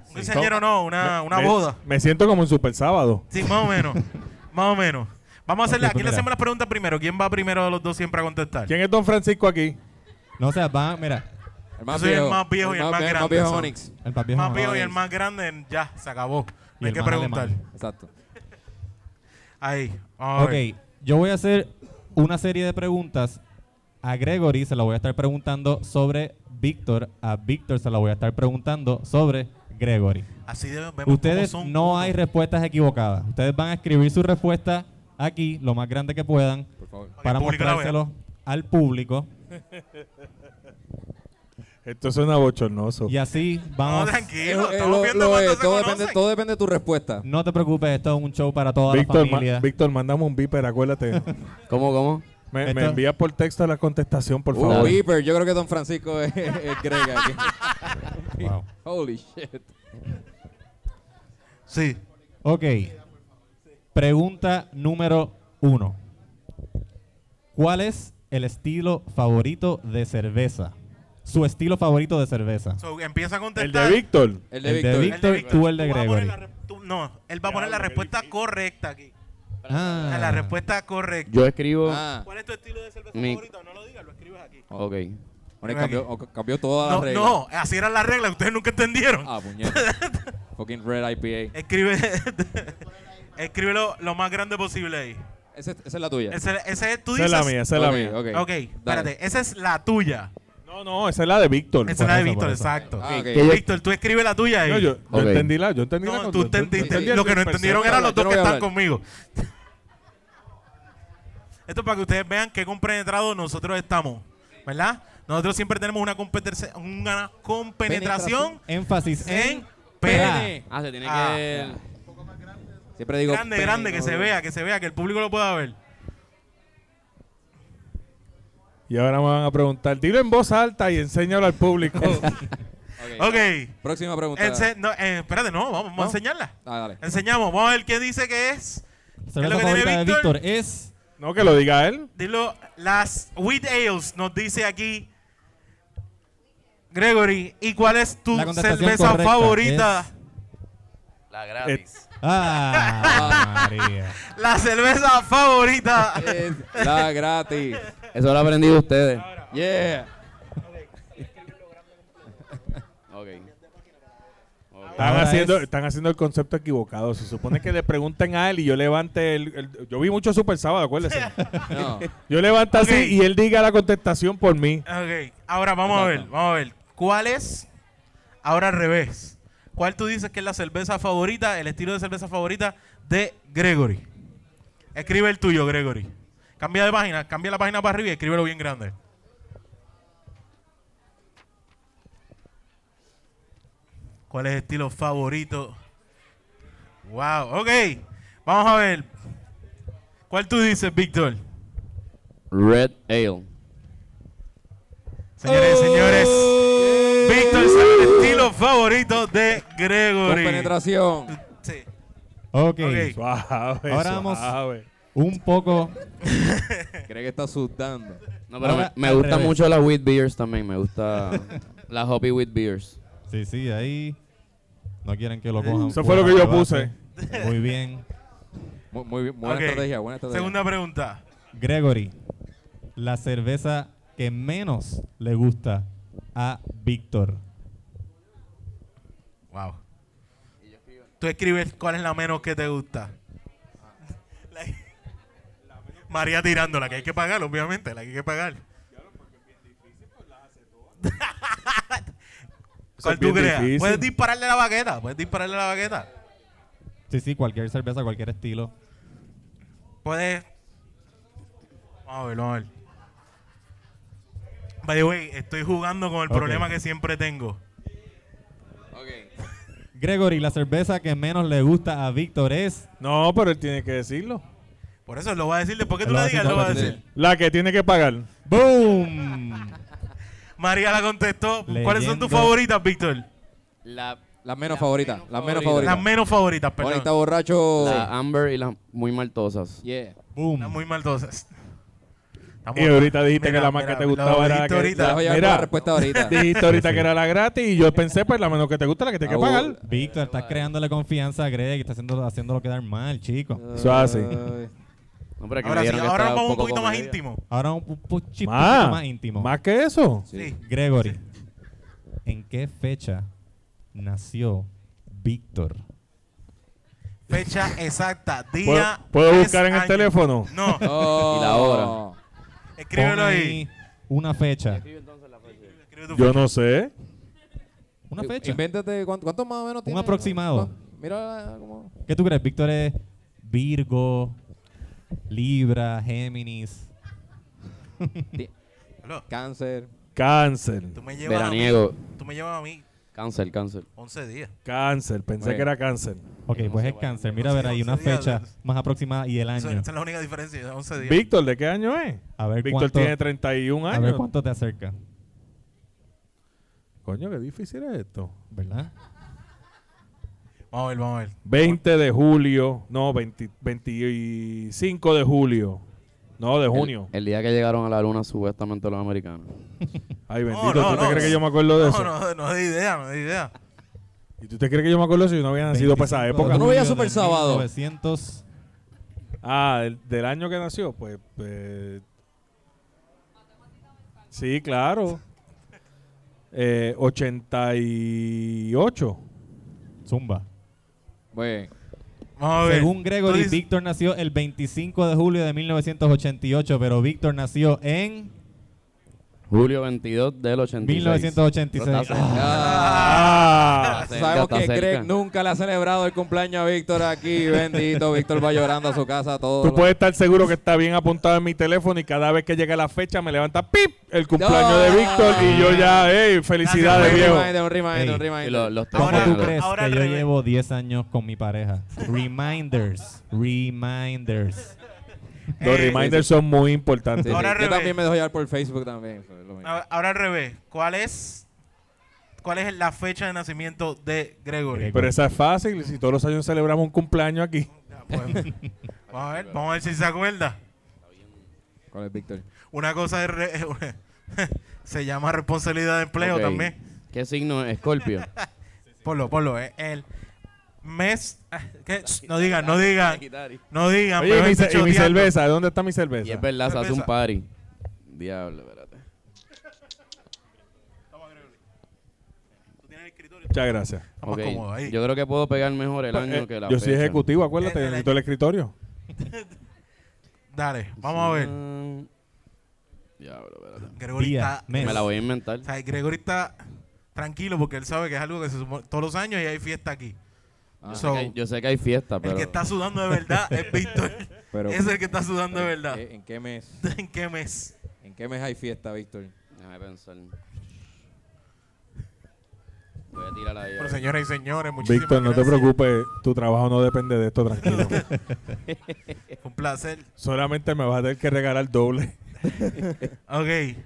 Un quinceañero no, una, una Me- boda. Me siento como un super sábado. Sí, más o menos. más o menos. Vamos a hacerle, Ok, aquí le primera. hacemos las preguntas primero. ¿Quién va primero de los dos siempre a contestar? ¿Quién es Don Francisco aquí? No, o sea, va, mira, El Yo soy el más viejo y el más El más grande, viejo so. es Onyx. el papi El es más un- viejo y el más grande, ya, se acabó. Ah, Y No hay el que más preguntar. alemán. Exacto. Ahí. Vamos a Ok, ver. yo voy a hacer una serie de preguntas a Gregory, se la voy a estar preguntando sobre Víctor, a Víctor se la voy a estar preguntando sobre Gregory. Así de- vemos cómo Ustedes son no todos. hay respuestas equivocadas. Ustedes van a escribir su respuesta aquí, lo más grande que puedan, Por favor. para público la vea. mostrárselo al público. Esto suena bochornoso. Y así No, vamos. tranquilo, Eh, eh, estamos lo- viendo lo cuánto es, se todo, conocen. depende, todo depende de tu respuesta. No te preocupes, esto es un show para toda Víctor, la familia. ma- Víctor, mandamos un beeper, acuérdate. ¿Cómo, cómo? Me, me Esto- envías por texto la contestación, por Uh, favor. Beeper, yo creo que Don Francisco es, es Greg aquí. Wow. Holy shit. Sí. Ok. Pregunta número uno. ¿Cuál es el estilo favorito de cerveza? su estilo favorito de cerveza. So, empieza a El contestar. de Víctor. El El de El Víctor, Víctor. tú el de Tú vas a poner Gregory. la re- tú- no, él va a poner la respuesta correcta aquí. O sea, Ah. La respuesta correcta. Yo escribo. Ah, ¿Cuál es tu estilo de cerveza Mi- favorito? No lo digas, lo escribes aquí. Ok. bueno, cambió, o- cambió toda la No, Ah, regla. no, así era la regla, ustedes nunca entendieron. Ah, puñeta. Fucking Red IPA. Escribe, escríbelo lo más grande posible ahí. Ese- esa es la tuya. Ese, ese tú dices. Esa es la mía, esa es la Ok, mía. ok. Ok, espérate, esa es la tuya. No, no, esa es la de Víctor. Esa por es la de eso, Víctor, por eso. exacto. Ah, ok. Que yo- Víctor, tú escribe la tuya ahí. No, yo, yo Ok. entendí la, yo entendí la No, tú conducción, entendiste. entendí el Lo que no entendieron eran los Yo dos no que voy a están hablar. conmigo. Esto es para que ustedes vean qué compenetrados nosotros estamos. ¿Verdad? Nosotros siempre tenemos una, competerse- una compenetración Énfasis en en pene. pene. Ah, se tiene Ah. que. Siempre digo. Grande, pene, grande, que no, se no. vea, que se vea, que el público lo pueda ver. Y ahora me van a preguntar, dilo en voz alta y enséñalo al público. Ok. Próxima pregunta. Ense- no, eh, espérate, no, vamos, vamos a ¿No? enseñarla. Ah, dale. Enseñamos, vamos a ver qué dice que es. cerveza lo que tiene favorita de Víctor? Víctor es no, que lo diga él. Dilo, las Wheat Ales nos dice aquí Gregory. ¿Y cuál es tu la contestación cerveza correcta, favorita? es- La gratis. Ah, María. La cerveza favorita. Es la gratis. Eso lo he aprendido ustedes. Yeah. Ok. Ok. Están Ahora haciendo, es- están haciendo el concepto equivocado. Se supone que le pregunten a él y yo levante el, el- yo vi mucho Super Sábado, acuérdese. No. Yo levanto Ok. así y él diga la contestación por mí. ok, ahora vamos a ver, vamos a ver. ¿Cuál es? Ahora al revés. ¿Cuál tú dices que es la cerveza favorita, el estilo de cerveza favorita de Gregory? Escribe el tuyo, Gregory. Cambia de página, cambia la página para arriba y escríbelo bien grande. ¿Cuál es el estilo favorito? Wow, ok. Vamos a ver. ¿Cuál tú dices, Víctor? Red Ale. Señores y señores, Víctor sabe el estilo favorito de Gregory. Penetración. Sí. Ok. Ok. Suave, Ahora vamos- suave. Un poco. Cree que está sudando. No, pero Ahora, me, me al gusta revés. mucho las wheat beers también. Me gusta las hoppy wheat beers. Sí, sí, ahí. No quieren que lo cojan. Eso fuera fue lo que yo de puse. base. Muy bien. Muy, muy bien, buena Ok. estrategia, buena estrategia. Segunda pregunta. Gregory, la cerveza que menos le gusta a Víctor. Wow. Tú escribes cuál es la menos que te gusta. La- María tirándola, que hay que pagar, obviamente, la que hay que pagar. ¿Cuál tú es bien creas? difícil. Puedes dispararle la baqueta, puedes dispararle la baqueta. Sí, sí, cualquier cerveza, cualquier estilo. Puedes. Vamos a ver, vamos a ver. By the way, estoy jugando con el Ok. problema que siempre tengo. Gregory, la cerveza que menos le gusta a Víctor es. No, pero él tiene que decirlo. Por eso lo voy a decir después que Él tú lo va la a decir digas, lo voy a después de decir. La que tiene que pagar. ¡Boom! María la contestó. ¿Cuáles son Leyendo. tus favoritas, Víctor? La, Las menos favoritas, las menos favoritas. Las menos favoritas, Ahora está perdón. borracho. La Amber y las muy maltosas. Yeah. ¡Boom! Las muy maldosas. Estamos- Y ahorita dijiste Mira, que la más mira, que te lo gustaba era la dijiste que... ahorita. Te vas a llevar Mira, con la respuesta ahorita. Dijiste ahorita que era la gratis y yo pensé, pues la menos que te gusta, la que tiene que Ah, pagar. Víctor, estás creándole confianza a Greg y estás haciendo, haciéndolo quedar mal, chico. Eso así. No, pero es que Ahora me sí, ahora dijeron que nos estaba vamos un poco poquito más comedia. íntimo. Ahora un, un po- chip- Más, poquito más íntimo. Más que eso. Sí. Gregory, ¿en qué fecha nació Víctor? Fecha exacta, ¿Puedo, día. puedo tres buscar en el años. teléfono? No, Oh. Y la hora. escríbelo Pon ahí. Una fecha. Escribe tu Yo no sé. Una Eh, fecha. Invéntate, ¿cuánto, cuánto más o menos tiene? aproximado. ¿Cuán- Mira cómo. ¿Qué tú crees? Víctor es Virgo, Libra, Géminis. Aló, Cáncer. Cáncer. Tú me llevas a mí. Veraniego. Tú me llevas a mí Cáncer, cáncer. 11 días. Cáncer. Pensé Oye. que era cáncer. Ok, pues es cáncer. Mira, a no ver sé, ahí once una días, fecha ¿verdad? más aproximada y el Esa, año. esa es la única diferencia, 11 días. Víctor, ¿de qué año es? A ver Víctor cuánto- tiene 31 A ver años. cuánto te acerca, Coño, qué difícil es esto. ¿verdad? Vamos a ver, vamos a ver. 20 de julio. No, 20 25 de julio. No, de El- junio. El, día que llegaron a la luna, supuestamente los americanos. Ay, Ay, No, bendito, no, ¿tú te no. crees que yo me acuerdo de No, eso? no, no de idea, no de idea. ¿Y tú te crees que yo me acuerdo de eso? Yo no había nacido para esa época. ¿Tú no veías Super Sábado? 900. Ah, del, del año que nació, pues... eh, sí, claro. Eh, 88. Zumba. Bueno, Vamos a ver. Según Tú Gregory, dices- Víctor nació el 25 de julio de 1988, pero Víctor nació en Julio 22 del 86. 1986. Pero está cerca. Ah, Ah, Está cerca, sabemos está que cerca. Greg nunca le ha celebrado el cumpleaños a Víctor aquí. Bendito, Víctor va llorando a su casa todo. tú puedes estar seguro que está bien apuntado en mi teléfono y cada vez que llega la fecha me levanta ¡pip! el cumpleaños de No. Víctor y yo ya, ¡ey! Un ¡Felicidades, Gracias, viejo! reminder, un reminder, un Ey, Y reminder. lo- los tres ¿Cómo Ahora- tú primeros. crees ahora que al yo revés. llevo 10 años con mi pareja? Reminders. Reminders. Los Eh, reminders son muy importantes. Sí, sí. Ahora al Yo revés. también me dejo llevar por Facebook también. eso es lo mismo. a- Ahora al revés. ¿Cuál es, ¿Cuál es la fecha de nacimiento de Gregory? Pero esa es fácil, si todos los años celebramos un cumpleaños aquí. Ah, pues, vamos a ver, vamos a ver si se acuerda. ¿Cuál es Víctor? Una cosa es re- se llama responsabilidad de empleo Ok. también. ¿Qué signo es? Escorpio. Ponlo, ponlo. eh, El mes. ah, ¿qué? No digan, no digan. No digan. Oye, me ¿y mi, ven ce- y mi choteando. cerveza? ¿Dónde está mi y cerveza? es verdad, se hace un Cerveza. party. Diablo, espérate. Muchas gracias. Está más Ok, cómodo ahí. Yo creo que puedo pegar mejor el año Eh, que la yo fecha. soy ejecutivo, acuérdate, Eh, eh, necesito el escritorio. Dale, vamos a ver. Mm. Diablo, espérate. Gregory Día, está. mes. Me la voy a inventar. O sea, Gregory está tranquilo porque él sabe que es algo que se supone todos los años y hay fiesta aquí. Yo sé So, Ah, que hay- yo sé que hay fiesta, pero... El que está sudando de verdad es Víctor. Pero- es el que está sudando de verdad. eh, ¿En qué mes? ¿En qué mes? ¿En qué mes hay fiesta, Víctor? Déjame pensar. Voy a tirar ahí. eh. Bueno, señoras y señores, muchísimas Víctor, no te gracias. preocupes, tu trabajo no depende de esto, tranquilo. Fue un placer. Solamente me vas a tener que regalar doble. Ok.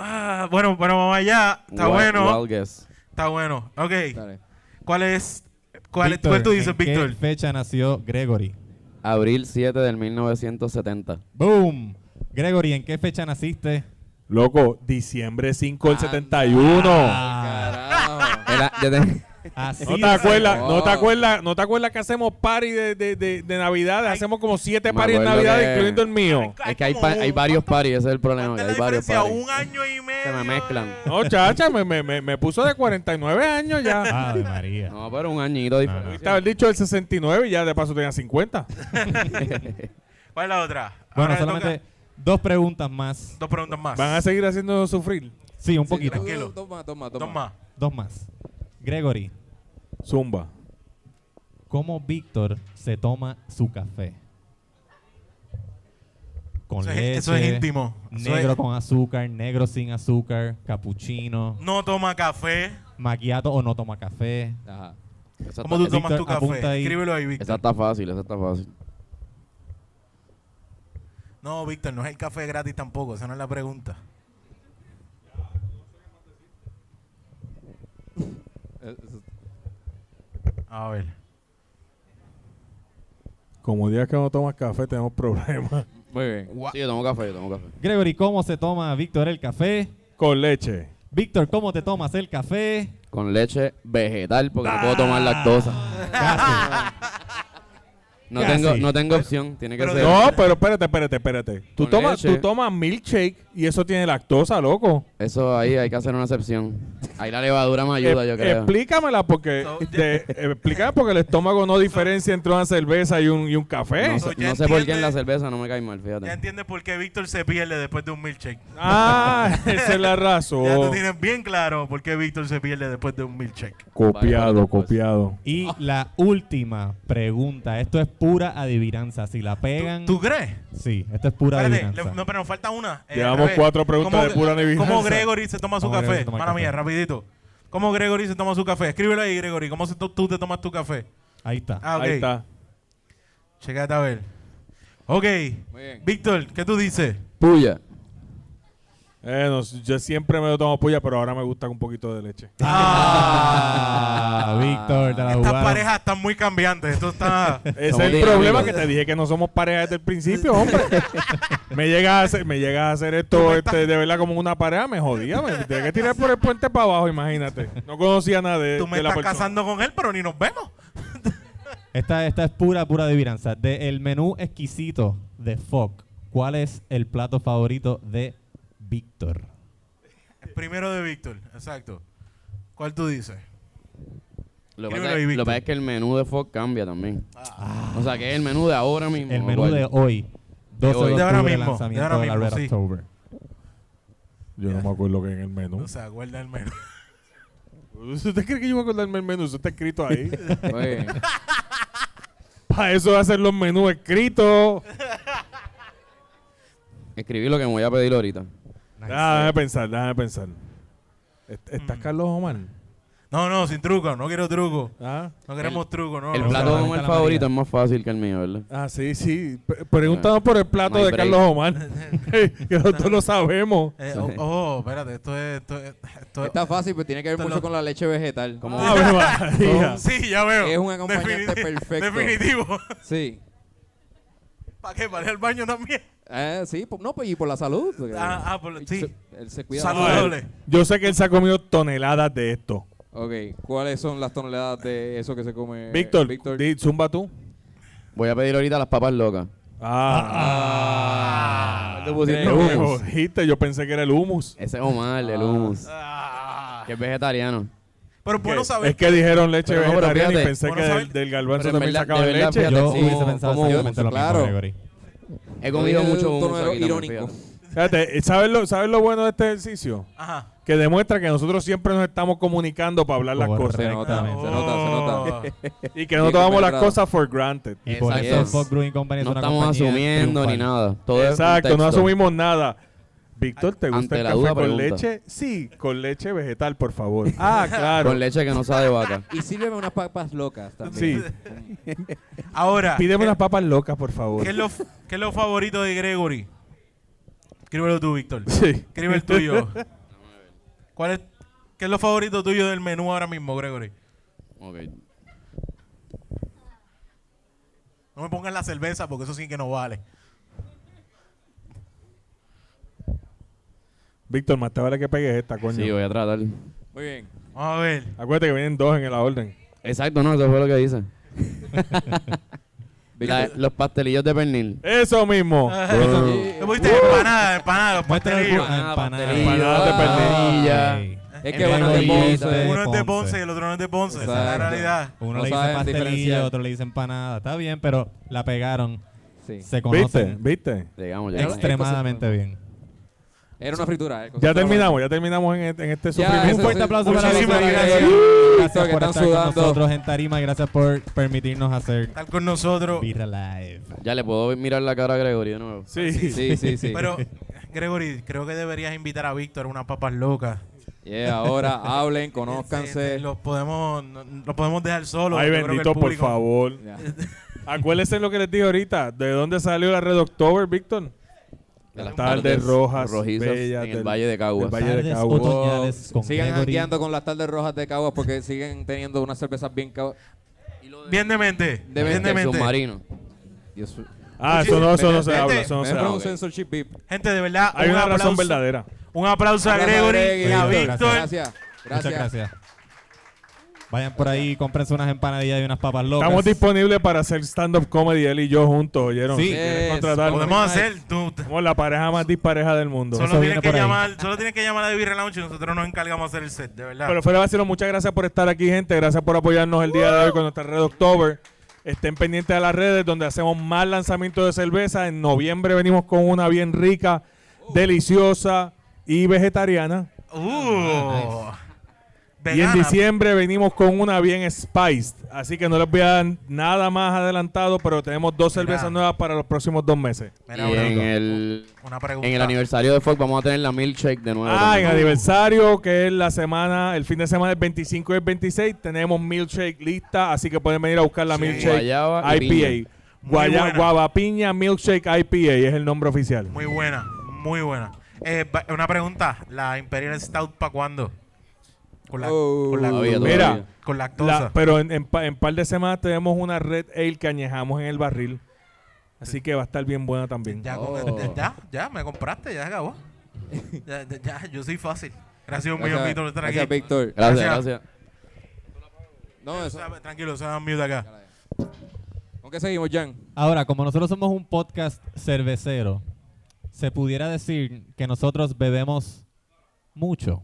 Ah, bueno, bueno, vamos allá. Está Wild- bueno. wild guess. Está bueno. Ok. Dale. ¿Cuál es? ¿Cuál, es- Víctor, cuál tú dices, ¿en qué Víctor? fecha nació Gregory? Abril 7 del 1970. Boom. Gregory, ¿en qué fecha naciste? Loco, diciembre 5 del Anda. 71. Carajo. Era- yo te- Ah, Así ¿No te, de- acuerdas, wow. no, te acuerdas, ¿No te acuerdas que hacemos party de, de, de, de Navidades? Hacemos como siete Me parties de acuerdo Navidades, que- incluyendo el mío. es que hay, pa- hay varios paris, ese es el problema. ¿Cuánta que es Hay la varios diferencia? paris. Un año y medio. Se me mezclan. de- No, chacha, me, me, me, me puso de 49 años Ah, ya. Ave María. No, pero un añito no. diferente. Estaba el dicho del 69 y ya de paso tenía 50. ¿Cuál es la otra? Ahora Bueno, le toca solamente dos preguntas más. Dos preguntas más. Van a seguir haciéndonos sufrir. Sí, un poquito. tranquilo. Toma, toma, toma. Dos más. Dos más. Gregory, Zumba. ¿cómo Víctor se toma su café? Con Eso es- leche, eso es íntimo. Eso Negro es- con azúcar, negro sin azúcar, cappuccino, No toma café. maquiato o no toma café. Ajá. Esa ¿Cómo está- tú tomas Víctor, tu apunta café? ahí. Escríbelo ahí, Esa Víctor. está fácil, esa está fácil. No, Víctor, no es el café gratis tampoco. Esa no es la pregunta. A ver. Como días que no tomas café, tenemos problemas. Muy bien. Sí, yo tomo café, yo tomo café. Gregory, ¿cómo se toma Víctor el café? Con leche. Víctor, ¿cómo te tomas el café? Con leche vegetal, porque Ah. no puedo tomar lactosa. Casi. No Casi. tengo, no tengo opción, tiene que Pero ser. No, pero espérate, espérate, espérate. Tú Con tomas, leche. tú tomas milkshake y eso tiene lactosa, loco. Eso ahí hay que hacer una excepción. Ahí la levadura me ayuda, Eh, yo creo. Explícamela porque, So, de- explícame porque el estómago no diferencia entre una cerveza y un, y un café. No, sé- ya no sé por entiende. qué en la cerveza no me cae mal, Ya fíjate. entiendes por qué Víctor se pierde después de un milkshake. Ah, esa es la Ya tú razón. tienes bien claro por qué Víctor se pierde después de un milkshake. Copiado, Vale, pues. copiado. Y Ah. la última pregunta. Esto es pura adivinanza. Si la pegan. ¿Tú crees? Sí, esto es pura Espérate, adivinanza. le- no, pero nos falta una. Eh, Llevamos al revés. cuatro preguntas ¿Cómo- de pura adivinanza. ¿Cómo Gregory se toma su ¿Cómo Gregory café? se toma el Mala café? mía, rapidito. ¿Cómo Gregory se toma su café? Escríbelo ahí, Gregory. ¿Cómo se to- tú te tomas tu café? Ahí está. Ah, ok. Ahí está. Checate a ver. Ok. Muy bien. Víctor, ¿qué tú dices? Puya. Eh, no, yo siempre me lo tomo puya, pero ahora me gusta un poquito de leche. Ah, Víctor, te la Ah, Estas jugaron. parejas están muy cambiantes. Esto está. Ese es el Somos problema amigos. que te dije que no somos pareja desde el principio, hombre. me llegas a hacer, me llegas a hacer esto este, de verdad como una pareja, me jodía, me tenía que tirar por el puente para abajo, imagínate. No conocía nada de, Tú me de la estás persona. casando con él, pero ni nos vemos. Esta, esta es pura, pura adivinanza. De el menú exquisito de Fock, ¿cuál es el plato favorito de Víctor? El primero de Víctor, exacto. ¿Cuál tú dices? Lo que Escríbelo pasa ahí, es- Víctor. lo que pasa es que el menú de Fox cambia también. Ah. O sea, que es el menú de ahora mismo. El menú Mm, ¿cuál? de hoy, 12 de, hoy. De ahora octubre, mismo, lanzamiento de ahora de la mismo, Red sí. October. Yo no me acuerdo que en el menú. No se acuerda el menú. ¿Usted cree que yo voy a acordarme el menú? Eso está escrito ahí. Oye, para eso hacer los menús escritos. escribí lo que me voy a pedir ahorita. Ah, déjame pensar, déjame pensar. Est- Mm. ¿Estás Carlos Omar? No, no, sin truco. No quiero truco. Ah, No queremos truco, no. el no. plato la como varita el la favorito María. es más fácil que el mío, ¿verdad? ah, sí, sí. P- Preguntamos por el plato My de break. Carlos Omar. que nosotros lo sabemos. Eh, oh, oh, espérate, esto es. Esto es, esto es- Está fácil, pues pero tiene que ver Esto mucho lo- con la leche vegetal. Ah. Como Ave María. Sí, ya veo. Es un acompañante Definiti- perfecto. Definitivo. Sí. ¿Para qué? ¿Para ir al baño también? Eh, sí, po- no, pues y por la salud. porque- Ah, ah, por- sí. Se- él se cuida. Saludable. Yo sé que él se ha comido toneladas de esto. Ok, ¿cuáles son las toneladas de eso que se Eh, come? Víctor, Víctor. di- zumba tú. Voy a pedir ahorita las papas locas. Ah, Ah, Tú pusiste Me hummus. jodiste, yo pensé que era el humus. Ese es Omar, Ah. el hummus. Que es vegetariano. Pero bueno saber. Es que dijeron leche Pero no, pero vegetariana y fíjate. pensé Bueno que saber. del, del garbanzo Pero en también verdad- sacaban de verdad, leche. fíjate. Yo sí, hubiese pensado como- exactamente lo claro. mismo, Gregory. He comido Oye, mucho un tono hummus aquí también, irónico. fíjate. Fíjate, eh, ¿sabes lo, ¿sabes lo bueno de este ejercicio? Ajá. Que demuestra que nosotros siempre nos estamos comunicando para hablar las Correcto. Se cosas. Ah, nota, se oh. nota, se nota. Y que no Sí, tomamos las compenetrado. cosas for granted. Y por Esa eso es. Fock Brewing Company es No una estamos compañía asumiendo ni triunfal. nada. Todo es Exacto, no contexto. asumimos nada. Víctor, ¿te gusta Ante el la café duda, con pregunta. leche? Sí, con leche vegetal, por favor. Ah, claro. Con leche que no sabe vaca. Y sírveme unas papas locas también. Sí, Ahora, ¿qué, pídeme unas papas locas, por favor. qué es lo, qué es lo favorito de Gregory? Escríbelo tú, Víctor. Sí. Escribe el tuyo. ¿Cuál es, ¿Qué es lo favorito tuyo del menú ahora mismo, Gregory? Ok. No me pongas la cerveza porque eso sí que no vale. Víctor, más te vale que pegues esta, coño. Sí, voy a tratar. Muy bien. Vamos a ver. Acuérdate que vienen dos en la orden. Exacto, no, eso fue lo que dice. La- los pastelillos de pernil. Eso mismo. Ah. ¿Qué pusiste? Empanada, empanada, Muestra el pastelillo. ah, empanada. pastelillo. Empanada Ah, de pernil. Es que Eh, van a Gregory, ser este- Uno es de Ponce. Ponce y el otro no es de Ponce. Esa es la Exacto. realidad. Uno No le dice saben diferenciar. pastelillo, otro le dice empanada. Está bien, pero la pegaron. Sí. Se ¿Viste? conocen ¿Viste? Digamos, ya. extremadamente bien. Era una fritura. eh, cosa Ya que- terminamos, ya terminamos en, este- en Ya, este sufrimiento. eso Un fuerte sí. aplauso para Muchísimas Victoria gracias. Guerrero. Todos Gracias que por están estar sudando. con nosotros en Tarima. Gracias por permitirnos hacer Estar con nosotros. Beer Live. Ya le puedo mirar la cara a Gregory de nuevo. Sí. Sí, sí, sí. Pero, Gregory, creo que deberías invitar a Víctor a unas papas locas. Yeah, ahora hablen, Eh, conózcanse. Los podemos, no- los podemos dejar solos. Ay, Yo creo que el bendito, por público- favor. Ya. Acuérdense lo que les dije ahorita. ¿De dónde salió la Red October, Víctor? De las Tardes tardes rojas, rojizas bellas en el del- Valle de Caguas. del Valle de Tardes Caguas. otoñales. Otoñales con Oh, sigan Gregory. jangueando con las tardes rojas de Caguas porque siguen teniendo unas cervezas bien caguas. Bien de mente. De bien de El mente. submarino. Dios, Ah, eso no, eso no se Gente, habla, eso no me se entra habla. un censorship beep. Gente, de verdad. Hay un una razón aplauso- verdadera. Un aplauso a Gregory y a Gregory. Víctor. Gracias. Muchas Gracias. gracias. Vayan por ahí, cómprense unas empanadillas y unas papas locas. Estamos disponibles para hacer stand-up comedy él y yo juntos, ¿oyeron? Sí. Si quieren Yes. contratarnos. Podemos hacer. Tú, t- Somos la pareja más dispareja del mundo. solo, viene tienes que por ahí. llamar, solo tienes que llamar a David Relaunch y nosotros nos encargamos de hacer el set, de verdad. Pero fuera de vacilo, muchas gracias por estar aquí, gente. Gracias por apoyarnos el día de hoy con nuestra red October. Estén pendientes de las redes donde hacemos más lanzamientos de cerveza. En noviembre venimos con una bien rica, deliciosa y vegetariana. Uh, Y en vegana. diciembre venimos con una bien spiced. Así que no les voy a dar nada más adelantado, pero tenemos dos cervezas nuevas para los próximos dos meses. Mira, Y una- en el, una pregunta. en el aniversario de Fox vamos a tener la milkshake de nuevo. Ah, en también. aniversario, que es la semana, el fin de semana del 25 y el 26, tenemos milkshake lista, así que pueden venir a buscar la Sí. milkshake Guayaba y IPA. Guaya- buena. guava piña milkshake IPA es el nombre oficial. Muy buena, muy buena. Eh, va- una pregunta. ¿La Imperial Stout para cuándo? Con la, Oh. con la- Todavía, Mira, todavía. con La- lactosa. pero en, en pa- en par de semanas tenemos una red ale que añejamos en el barril. Así que va a estar bien buena también. Ya, Oh. con- ya, ya, me compraste, ya acabó. ya, ya, ya, yo soy fácil. Gracias un millón, Gracias- Víctor, por estar gracias, aquí. Víctor. Gracias, Gracias. gracias. No, eso. Suave, Tranquilo, se dan mute acá. ¿Con qué seguimos, Jan? Ahora, como nosotros somos un podcast cervecero, se pudiera decir que nosotros bebemos mucho.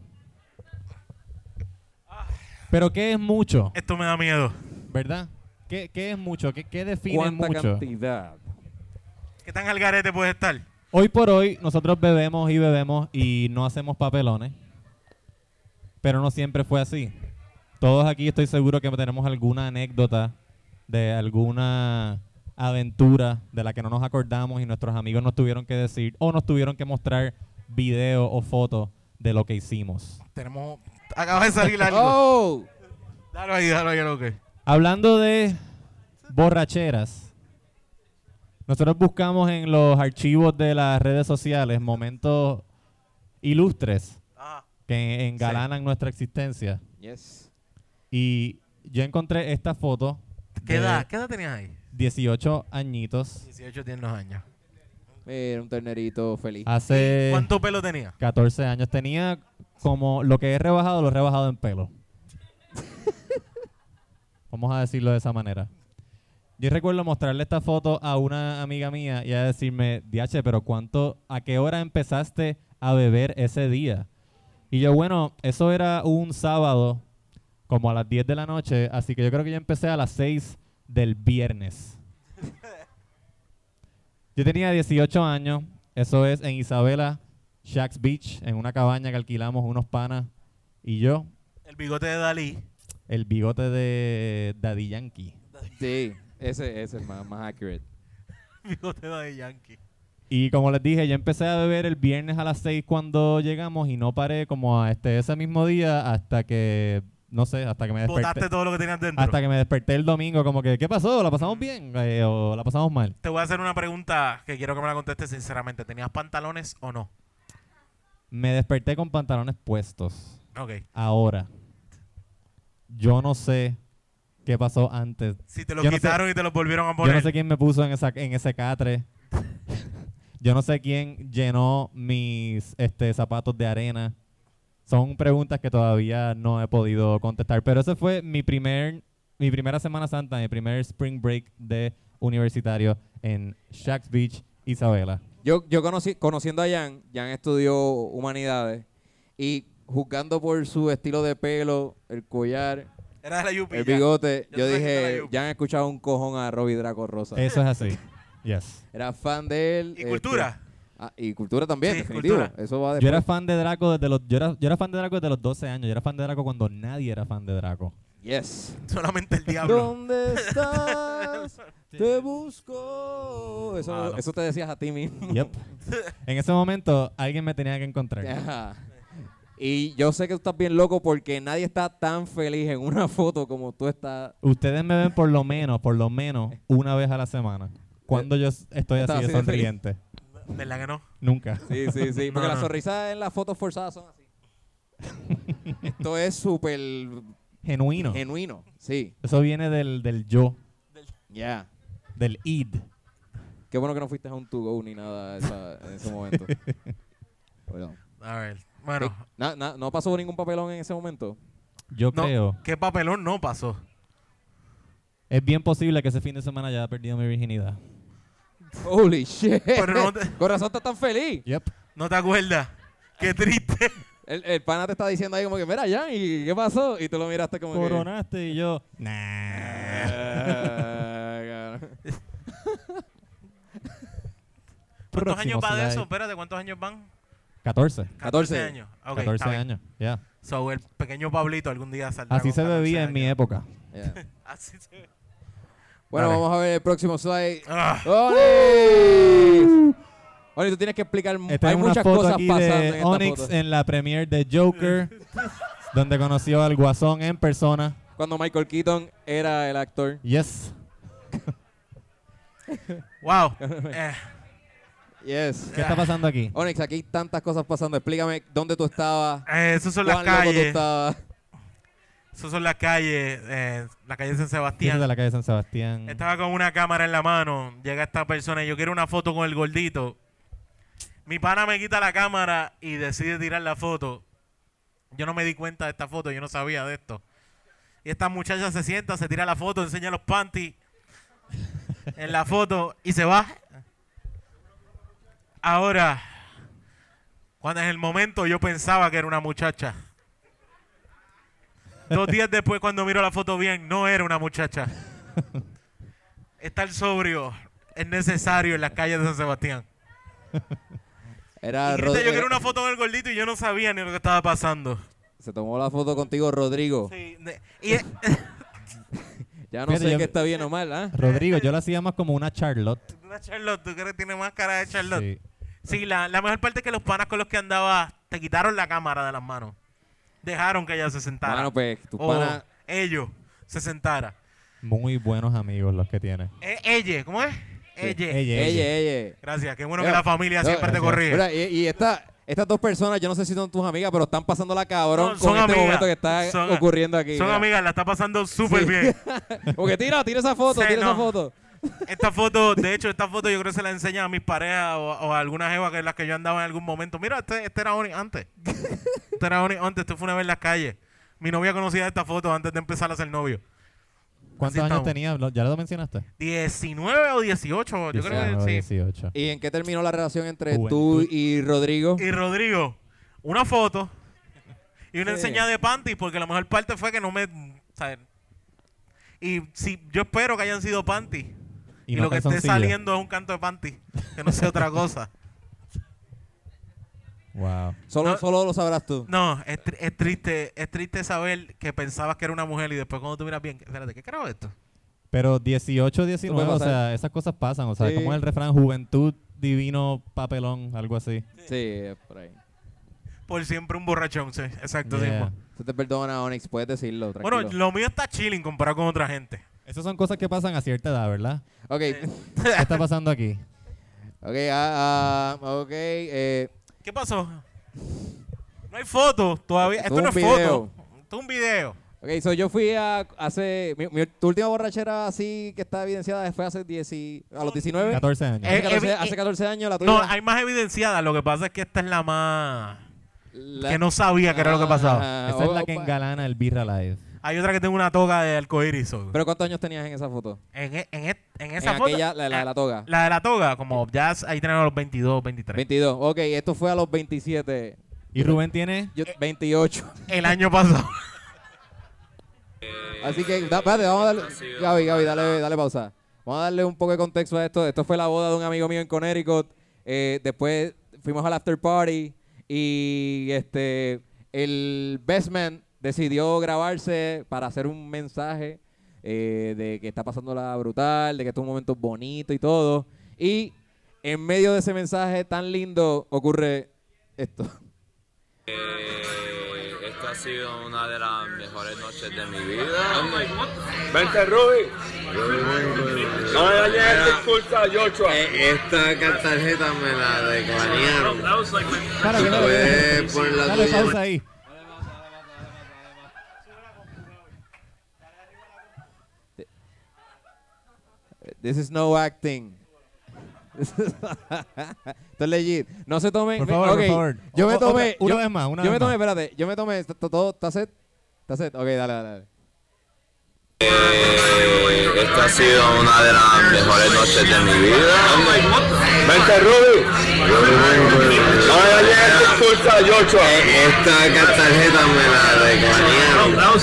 Pero ¿qué es mucho? Esto me da miedo. ¿Verdad? ¿Qué, qué es mucho? ¿Qué, qué define ¿Cuánta mucho? cantidad? ¿Qué tan al garete puede estar? Hoy por hoy nosotros bebemos y bebemos y no hacemos papelones. Pero no siempre fue así. Todos aquí estoy seguro que tenemos alguna anécdota de alguna aventura de la que no nos acordamos y nuestros amigos nos tuvieron que decir o nos tuvieron que mostrar video o fotos de lo que hicimos. Tenemos. Acaba de salir algo. ¡Oh! Dalo ahí, dalo ahí, lo que. Hablando de borracheras, nosotros buscamos en los archivos de las redes sociales momentos ilustres Ah, que engalanan nuestra existencia. Yes. Y yo encontré esta foto ¿Qué de edad? ¿Qué edad tenías ahí? 18 añitos 18, 19 años. Mira, un ternerito feliz. Eh. hace ¿Cuánto pelo tenía? 14 años. Tenía como lo que he rebajado, lo he rebajado en pelo. Vamos a decirlo de esa manera. Yo recuerdo mostrarle esta foto a una amiga mía y a decirme, DH, pero ¿cuánto, a qué hora empezaste a beber ese día? Y yo, bueno, eso era un sábado, como a las 10 de la noche, así que yo creo que yo empecé a las 6 del viernes. Yo tenía 18 años, eso es en Isabela, Shacks Beach, en una cabaña que alquilamos unos panas y yo, El bigote de Dalí. el bigote de Daddy Yankee. Sí, ese, ese es más, más accurate. bigote de Daddy Yankee. Y como les dije, yo empecé a beber el viernes a las 6 cuando llegamos y no paré como a este, ese mismo día hasta que, no sé, hasta que me Botaste desperté. todo lo que tenías dentro. Hasta que me desperté el domingo, como que, ¿qué pasó? ¿La pasamos bien? Eh, ¿O la pasamos mal? Te voy a hacer una pregunta que quiero que me la contestes sinceramente. ¿Tenías pantalones o no? Me desperté con pantalones puestos. Ok. Ahora, yo no sé qué pasó antes Si te los Yo no sé- quitaron y te los volvieron a Yo poner. no sé quién me puso en, esa, en ese catre. Yo no sé quién llenó mis este, zapatos de arena. Son preguntas que todavía no he podido contestar. Pero ese fue mi primer, mi primera Semana Santa, mi primer spring break de universitario en Shacks Beach, Isabela. Yo, yo conocí, conociendo a Jan, Jan estudió humanidades y juzgando por su estilo de pelo, el collar, Era de la Yupi. el ya. bigote, Ya yo tú sabes que dije, era yo. Jan escuchaba un cojón a Robbie Draco Rosa. Eso es así. Yes. Era fan de él. ¿Y este, cultura? ah, y cultura también, Sí, definitivo. cultura. Eso va Yo después. era fan de Draco desde los, yo era, yo era fan de Draco desde los 12 años. Yo era fan de Draco cuando nadie era fan de Draco. Yes. Solamente el diablo. ¿Dónde estás? Te busco. Eso, Mano. eso te decías a ti mismo. Yep. En ese momento alguien me tenía que encontrar. Ajá. Y yo sé que tú estás bien loco porque nadie está tan feliz en una foto como tú estás. Ustedes me ven por lo menos, por lo menos una vez a la semana. Cuando yo s- estoy Estás así de así de feliz. sonriente. ¿Verdad que no? Nunca. Sí, sí, sí. Porque No, las no. sonrisas en las fotos forzadas son así. Esto es súper Genuino. genuino. Sí, Eso viene del, del yo, ya. del id. Qué bueno que no fuiste a un to go ni nada esa- en ese momento. Bueno. A ver. Bueno. Eh, na- na- no pasó ningún papelón en ese momento. Yo No, creo. ¿Qué papelón no pasó? Es bien posible que ese fin de semana ya haya perdido mi virginidad. Holy shit. Pero no te- Corazón está tan feliz. Yep. ¿No te acuerdas? Qué triste. El, el pana te está diciendo ahí como que, mira, Jan, ¿y qué pasó? Y tú lo miraste como que... Coronaste y yo. Nah. Ah, cabrón. ¿Cuántos Próximo años va de slide. eso? Espérate, ¿cuántos años van? 14. 14. años. Ok, 14 está bien. años. Ya. So, el pequeño Pablito algún día saldrá. Así con se 14 bebía en años. mi e- época. Yeah. Así se Bueno, Dale. vamos a ver el próximo slide. Ah, ¡Oni! Oni, tú tienes que explicar. mu- Esta Mm, hay es una muchas foto cosas aquí pasando en de esta Onyx foto. en la premiere de Joker, donde conoció al guasón en persona. Cuando Michael Keaton era el actor. Yes. Wow. Eh, Yes. ¿Qué está pasando aquí? Onyx, aquí hay tantas cosas pasando. Explícame dónde tú estabas. Eh, esas son las cuán loco tú calles. estabas. Esas son las calles. eh, la calle San Viene de Sebastián. la calle San Sebastián. Estaba con una cámara en la mano. Llega esta persona y yo quiero una foto con el gordito. Mi pana me quita la cámara y decide tirar la foto. Yo no me di cuenta de esta foto, yo no sabía de esto. Y esta muchacha se sienta, se tira la foto, enseña los panties en la foto y se va. Ahora, cuando en el momento yo pensaba que era una muchacha. Dos días después, cuando miro la foto bien, no era una muchacha. Estar sobrio es necesario en las calles de San Sebastián. Era Y grita, Rod- yo quiero era- una foto con el gordito y yo no sabía ni lo que estaba pasando. Se tomó la foto contigo, Rodrigo. Sí, ne- y- Ya no Fíjate, sé yo- qué está bien o mal, ¿ah? Rodrigo, yo la hacía más como una Charlotte. una Charlotte, ¿tú crees que tiene más cara de Charlotte? Sí. Sí, la, la mejor parte es que los panas con los que andaba te quitaron la cámara de las manos. Dejaron que ella se sentara. Mano, pues, tus Oh. O panas- ellos se sentara. Muy buenos amigos los que tiene. Eh, ella, ¿cómo es? Ella. Ella, ella. Ella, ella. Gracias, qué bueno Yo- que la familia yo- siempre te corrige. Mira, y, y esta- estas dos personas, yo no sé si son tus amigas, pero están pasando la cabrón No, con este momento que está son- ocurriendo aquí. Son mira. amigas, la está pasando súper Sí. bien. Porque tira, tira esa foto, Sí, tira esa no. foto. Esta foto, de hecho, esta foto yo creo que se la enseña a mis parejas o, o a alguna jeva que es las que yo andaba en algún momento. Mira, este, este era Oni antes. este era Oni antes, esto fue una vez en las calles. Mi novia conocía esta foto antes de empezar a ser novio. ¿Cuántos Así años estamos. tenía? Lo- ¿Ya lo mencionaste? 19 o 18, yo creo que sí. 18. ¿Y en qué terminó la relación entre Juventud. tú y Rodrigo? Y Rodrigo, una foto y una Sí. enseña de panty, porque la mejor parte fue que no me. ¿sabes? Y si, yo espero que hayan sido panty. Y Y, no lo que esté calzoncillo. saliendo es un canto de panty, que no sea otra cosa. Wow. Solo, no- solo lo sabrás tú. No, es, tri- es triste, es triste saber que pensabas que era una mujer y después cuando tú miras bien, espérate, ¿qué carajo es esto? Pero 18, 19, o pasar. sea, esas cosas pasan. O sea, Sí. como es el refrán, juventud, divino, papelón, algo así. Sí, es por ahí. Por siempre un borrachón, sí, exacto. sí, Yeah. mo- Se te perdona, Onyx, puedes decirlo, tranquilo. Bueno, lo mío está chilling comparado con otra gente. Esas son cosas que pasan a cierta edad, ¿verdad? Ok, eh. ¿Qué está pasando aquí? ok, ah, ah, ok. eh, ¿Qué pasó? No hay foto todavía. Esto Esto es no un es video. foto. Esto es un video. ok, so yo fui a hace... mi- mi- tu última borrachera así que está evidenciada fue hace 10 y- a los 19. 14 años. Eh, hace, 14, evi- hace 14 años la tuya. No, hay más evidenciada. Lo que pasa es que esta es la más. La- Que no sabía que era lo que pasaba. Ah, Esa es oh, la oh, que pa- engalana el Birra Live. Hay otra que tiene una toga de arcoíris. so. ¿Pero cuántos años tenías en esa foto? En, e- en, e- en esa en foto. ah, aquella, la, la de la toga. la de la toga, como ya s- ahí tenemos los 22, 23. 22. Ok, esto fue a los 27. Y Rubén tiene Yo, 28. El año pasado. Así que, da- espérate, vamos a darle. Gaby, Gaby, dale, dale pausa. Vamos a darle un poco de contexto a esto. Esto fue la boda de un amigo mío en Connecticut. Eh, después fuimos al after party y este el best man decidió grabarse para hacer un mensaje eh, de que está pasando la brutal, de que estos un momento bonito y todo. Y en medio de ese mensaje tan lindo ocurre esto. Esta ha sido una de las mejores noches de mi vida. Vente, Ruby. No le dañes esta excusa a Joshua. Esta tarjeta me la declararon. Para, que dale, dale. por la Dale pausa ahí. This is no acting. Esto es legit. No se tomen. Por favor, por ok, favor. Yo me O- otra- tomé. una yo- vez más, una Yo vez me tomé, más. espérate. Yo me tomé. ¿Está todo? ¿Está set? ¿Está set? Ok, dale, dale. dale. Esta ha sido una de las mejores noches de mi vida. Vente, Ruby. No le dañes esta excusa a Joshua. Esta tarjeta me la declararon.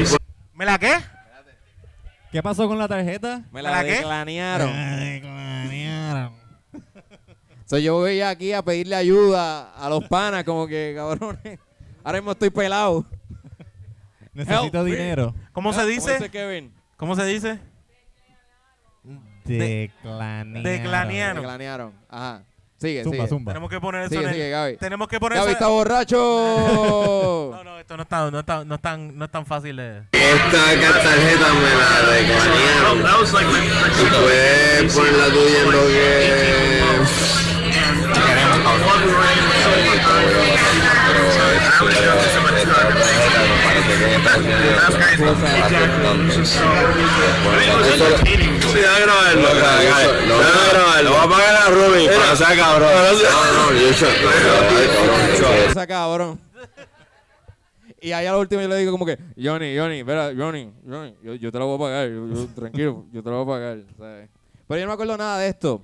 Y fue ¿Me la qué? ¿Qué pasó con la tarjeta? Me ¿Para la qué? Ah. declanearon. So, yo voy aquí a pedirle ayuda a los panas, como que, cabrones. Ahora mismo estoy pelado. Necesito dinero. ¿Cómo se dice? Kevin? ¿Cómo se dice? Declanearon. Declanearon. Declanearon. Ajá. Sigue, Zumba, sigue. zumba. Tenemos que poner eso Sigue, en el- sigue, Gaby. Tenemos que poner Gaby eso. está borracho. No, no, esto no está, no está, no es tan, no es tan fácil de. Esta tarjeta me la reclamaron. Fue por la tuya en lo que Sí, dame grabarlo, dame grabarlo. Voy a pagar a Ruby para que sea cabrón. No, no, yo Esa cabrón. Y ahí a lo último yo le digo como que, Johnny, Johnny, espera, Johnny, Johnny, yo, yo te lo voy a pagar, yo- yo- tranquilo, yo te lo voy a pagar. ¿sabes? Pero yo no me acuerdo nada de esto.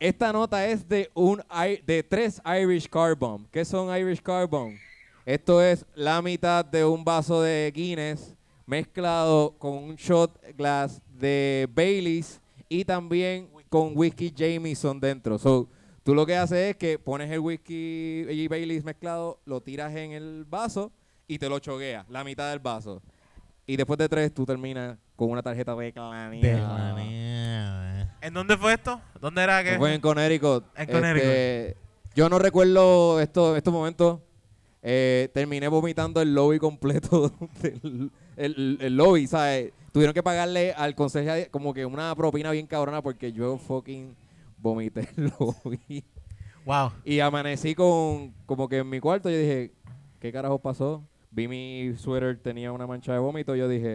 Esta nota es de un I- de tres Irish Car Bomb. ¿Qué son Irish Car Bomb? Esto es la mitad de un vaso de Guinness mezclado con un shot glass de Baileys y también con whisky Jameson dentro. So, tú lo que haces es que pones el whisky y Baileys mezclado, lo tiras en el vaso y te lo chogueas, la mitad del vaso. Y después de tres, tú terminas con una tarjeta de clanía. ¿En dónde fue esto? ¿Dónde era que? Eso Fue en Connecticut. En Connecticut. Este, yo no recuerdo esto, estos momentos. Eh, terminé vomitando el lobby completo. del- el, el lobby, ¿sabes? Tuvieron que pagarle al consejo como que una propina bien cabrona porque yo fucking vomité el lobby. Wow. Y amanecí con como que en mi cuarto. Yo dije, ¿qué carajo pasó? Vi mi suéter, tenía una mancha de vómito. Yo dije,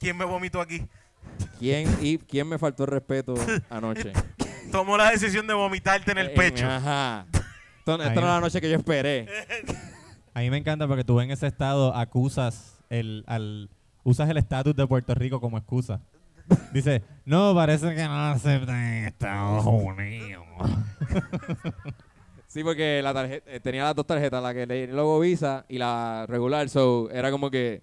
¿Quién me vomitó aquí? ¿quién, y, ¿quién me faltó el respeto anoche? Tomó la decisión de vomitarte en el Eh, pecho. Ajá. Esta, esta Ahí no era va. la noche que yo esperé. A mí me encanta porque tú en ese estado acusas el, al, usas el estatus de Puerto Rico como excusa. Dice, no, parece que no aceptan en Estados Unidos. Sí, porque la tarjeta eh, tenía las dos tarjetas, la que leí el logo Visa y la regular, so era como que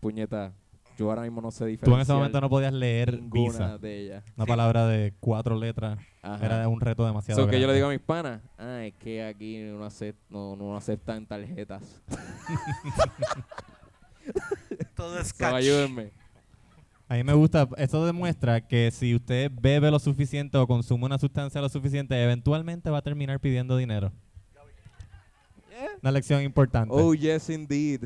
puñeta, yo ahora mismo no sé Tú diferenciar. en ese momento no podías leer ninguna visa. de ellas. Una palabra de cuatro letras. Ajá. Era un reto demasiado So que yo le grande. digo a mis panas, ah, es que aquí no, acep- no, no aceptan tarjetas. Todo es So, catch. ayúdenme. A mí me gusta, eso demuestra que si usted bebe lo suficiente o consume una sustancia lo suficiente, eventualmente va a terminar pidiendo dinero. Una lección importante. Oh, yes indeed.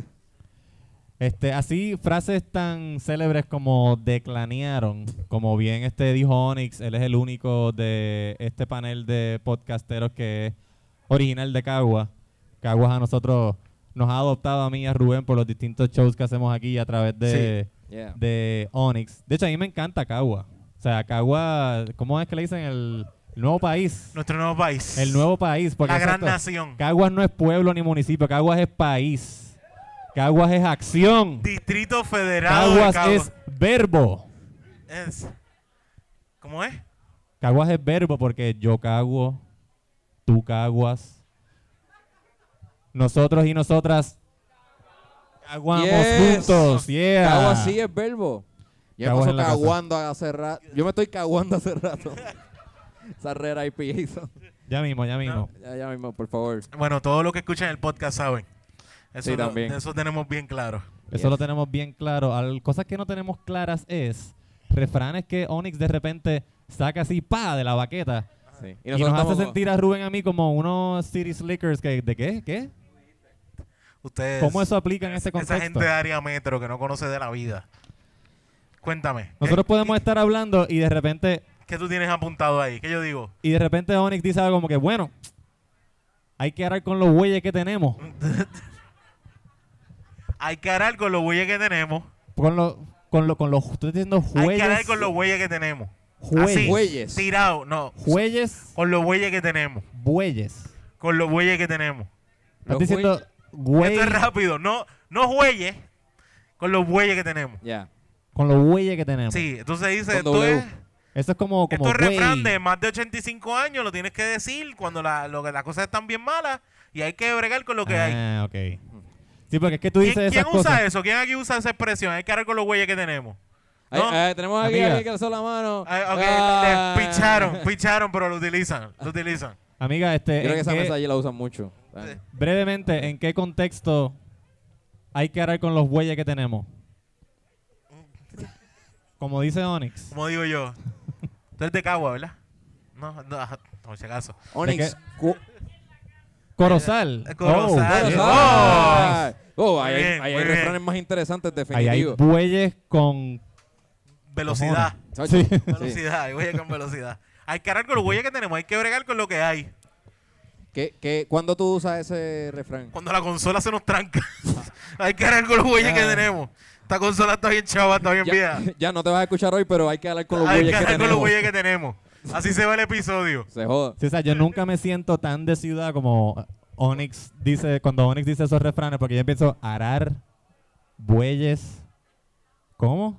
Este, así frases tan célebres como declanearon, como bien este dijo Onyx, él es el único de este panel de podcasteros que es original de Caguas. Caguas a nosotros nos ha adoptado a mí y a Rubén por los distintos shows que hacemos aquí a través de, Yeah. de Onyx. De hecho, a mí me encanta Cagua. O sea, Cagua, ¿cómo es que le dicen el nuevo país? Nuestro nuevo país. El nuevo país. Porque La gran exacto, nación. Caguas no es pueblo ni municipio, Caguas es país. Caguas es acción. Distrito Federal de Caguas Caguas. es verbo. Es... ¿Cómo es? Caguas es verbo porque yo cago, tú caguas, nosotros y nosotras caguamos Yes. juntos. Yeah. Cago así es verbo. Yo me Caguas paso en la casa. caguando hace rato. Yo me estoy caguando hace rato. Esa rera y piso. Ya mismo, ya mismo. Ya, ya mismo, por favor. Bueno, todo lo que escuchan en el podcast saben. Eso, Sí, lo- también. eso tenemos bien claro. Eso lo tenemos bien claro. Al- cosas que no tenemos claras es refranes que Onyx de repente saca así, pa, de la baqueta. Sí. Y, nos hace sentir a Rubén a mí como unos city slickers que, ¿de qué? ¿Qué? Ustedes, ¿Cómo eso aplica en ese esa contexto? gente de área metro que no conoce de la vida. Cuéntame. Nosotros ¿qué- podemos estar hablando y de repente ¿Qué tú tienes apuntado ahí? ¿Qué yo digo? y de repente Onyx dice algo como que, bueno, hay que arar con los bueyes que tenemos. Hay que arar con los bueyes que tenemos. Con los con lo, con los estoy diciendo Hay que arar jueyes. con los bueyes que tenemos. Jueyes. Así, Bueyes. Tirado, no. Jueyes, Con los bueyes que tenemos. bueyes. Con los bueyes que tenemos. Estás Los diciendo Esto es bueyes rápido. No, no bueyes. Con los bueyes que tenemos. Ya. con los bueyes que tenemos. Sí, entonces dice, Con esto W. es, Eso es como esto como es refrán güey. de más de 85 años, lo tienes que decir cuando la- lo que- las cosas están bien malas y hay que bregar con lo que hay. Ah, ok. Sí, porque es que tú ¿Quién, dices esas quién usa cosas. eso? ¿Quién aquí usa esa expresión? Hay que arar con los bueyes que tenemos. Ahí- No. ahí tenemos aquí Amiga. alguien que alzó la mano. Ah, ok, Ah. les picharon, picharon, pero lo utilizan, lo utilizan. Amiga, este Yo creo ¿en que esa qué- mesa allí la usan mucho. brevemente, ¿en qué contexto hay que arar con los bueyes que tenemos? Como dice Onyx. Como digo yo. Tú eres de Cagua, ¿verdad? No, no, ajá, por si acaso. Onyx. qué? cu- Corozal. Eh, Corozal. Oh. Sí. Ah, Oh, ahí Muy hay, bien, ahí muy hay bien. refranes más interesantes, Ahí hay definitivos. bueyes con... Velocidad, Sí. velocidad, hay bueyes con velocidad. Hay que arar con los bueyes que tenemos, hay que bregar con lo que hay. ¿Qué, qué, ¿Cuándo tú usas ese refrán? Cuando la consola se nos tranca. Hay que hablar con los güeyes que tenemos. Esta consola está bien chava, está bien vieja. Ah. Ya, ya no te vas a escuchar hoy, pero hay que hablar con los Hay güeyes que que hablar con los tenemos. güeyes que tenemos. Así se va el episodio. Se joda. Sí, o sea, yo nunca me siento tan de ciudad como Onyx dice, cuando Onyx dice esos refranes, porque yo empiezo a arar, bueyes. ¿Cómo?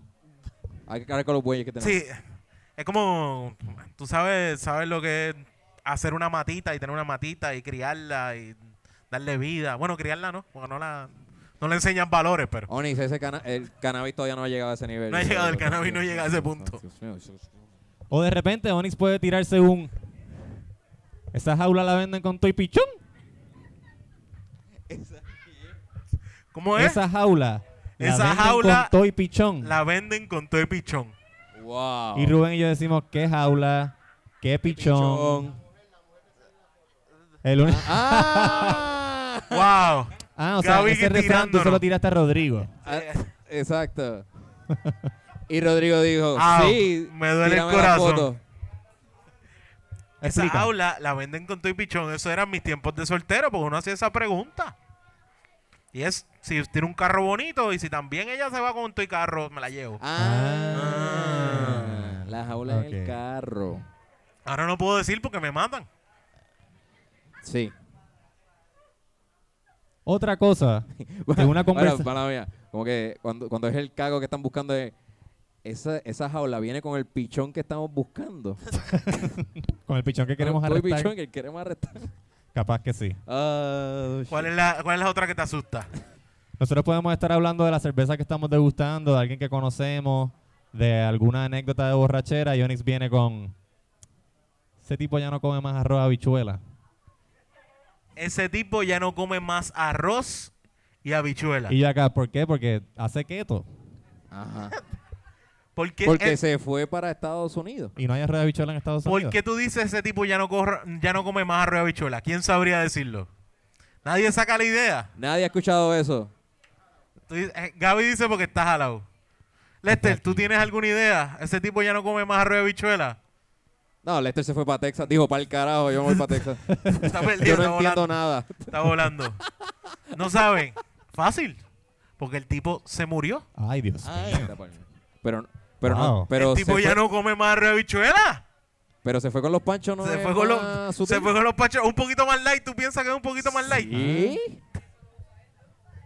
Hay que hablar con los güeyes que tenemos. Sí, es como, tú sabes, sabes lo que es hacer una matita y tener una matita y criarla y darle vida. Bueno, criarla no, porque no la, no le enseñan valores, pero Onis, ese cana- el cannabis todavía no ha llegado a ese nivel. no ha llegado el cannabis, no llega a ese punto. Dios mío, Dios mío. O de repente Onyx puede tirarse un. Esa jaula la venden con toy pichón. ¿Cómo es? Esa jaula. la Esa venden jaula- Con toy pichón. La venden con todo el pichón. Wow. Y Rubén y yo decimos, ¿qué jaula? ¿Qué pichón? El único- ¡Ah! ¡Wow! Ah, o sea, Gaby ese refrán tú tirándonos. se lo tiraste a Rodrigo. Ah, Eh, Exacto. Y Rodrigo dijo, Au, sí, Ah, me duele el tírame la corazón. foto. Esa Explica. jaula la venden con todo y pichón. Eso eran mis tiempos de soltero, porque uno hacía esa pregunta. Y es si tiene un carro bonito y si también ella se va con todo y carro, me la llevo. Ah. Ah, la jaula en Ok. el carro. Ahora no puedo decir porque me matan. Sí. Otra cosa. Bueno, En una conversa- bueno, mala mía. Como que cuando, cuando es el cago que están buscando es, esa, esa jaula viene con el pichón que estamos buscando. Con el pichón que queremos Con el arrestar. pichón que queremos arrestar. Capaz que sí. Ah, ¿Cuál es la, cuál es la otra que te asusta? Nosotros podemos estar hablando de la cerveza que estamos degustando, de alguien que conocemos, de alguna anécdota de borrachera y Onyx viene con... Ese tipo ya no come más arroz habichuela. Ese tipo ya no come más arroz y habichuela. Y yo acá, ¿por qué? Porque hace keto Ajá. Porque, Porque eh, se fue para Estados Unidos. y no hay arroz de habichuela en Estados ¿por Unidos. qué tú dices ese tipo ya no, corra- ya no come más arroz y habichuela? ¿Quién sabría decirlo? Nadie saca la idea. Nadie ha escuchado eso. Tú dices- eh, Gaby dice porque estás jalado. Lester, ¿tú tienes alguna idea? ¿Ese tipo ya no come más arroz y habichuela? No, Lester se fue para Texas. Dijo, para el carajo, yo me voy para Texas. Está yo perdido, no está volando. entiendo nada. Está volando. No saben. Fácil. Porque el tipo se murió. Ay, Dios. Ah. mío. pues. Pero, pero Wow. no, pero el tipo se ya fue, no come más arroz y habichuela. pero se fue con los panchos, ¿no? se es fue con más los sutil? se fue con los pachos un poquito más light tú piensas que es un poquito más light ¿Sí?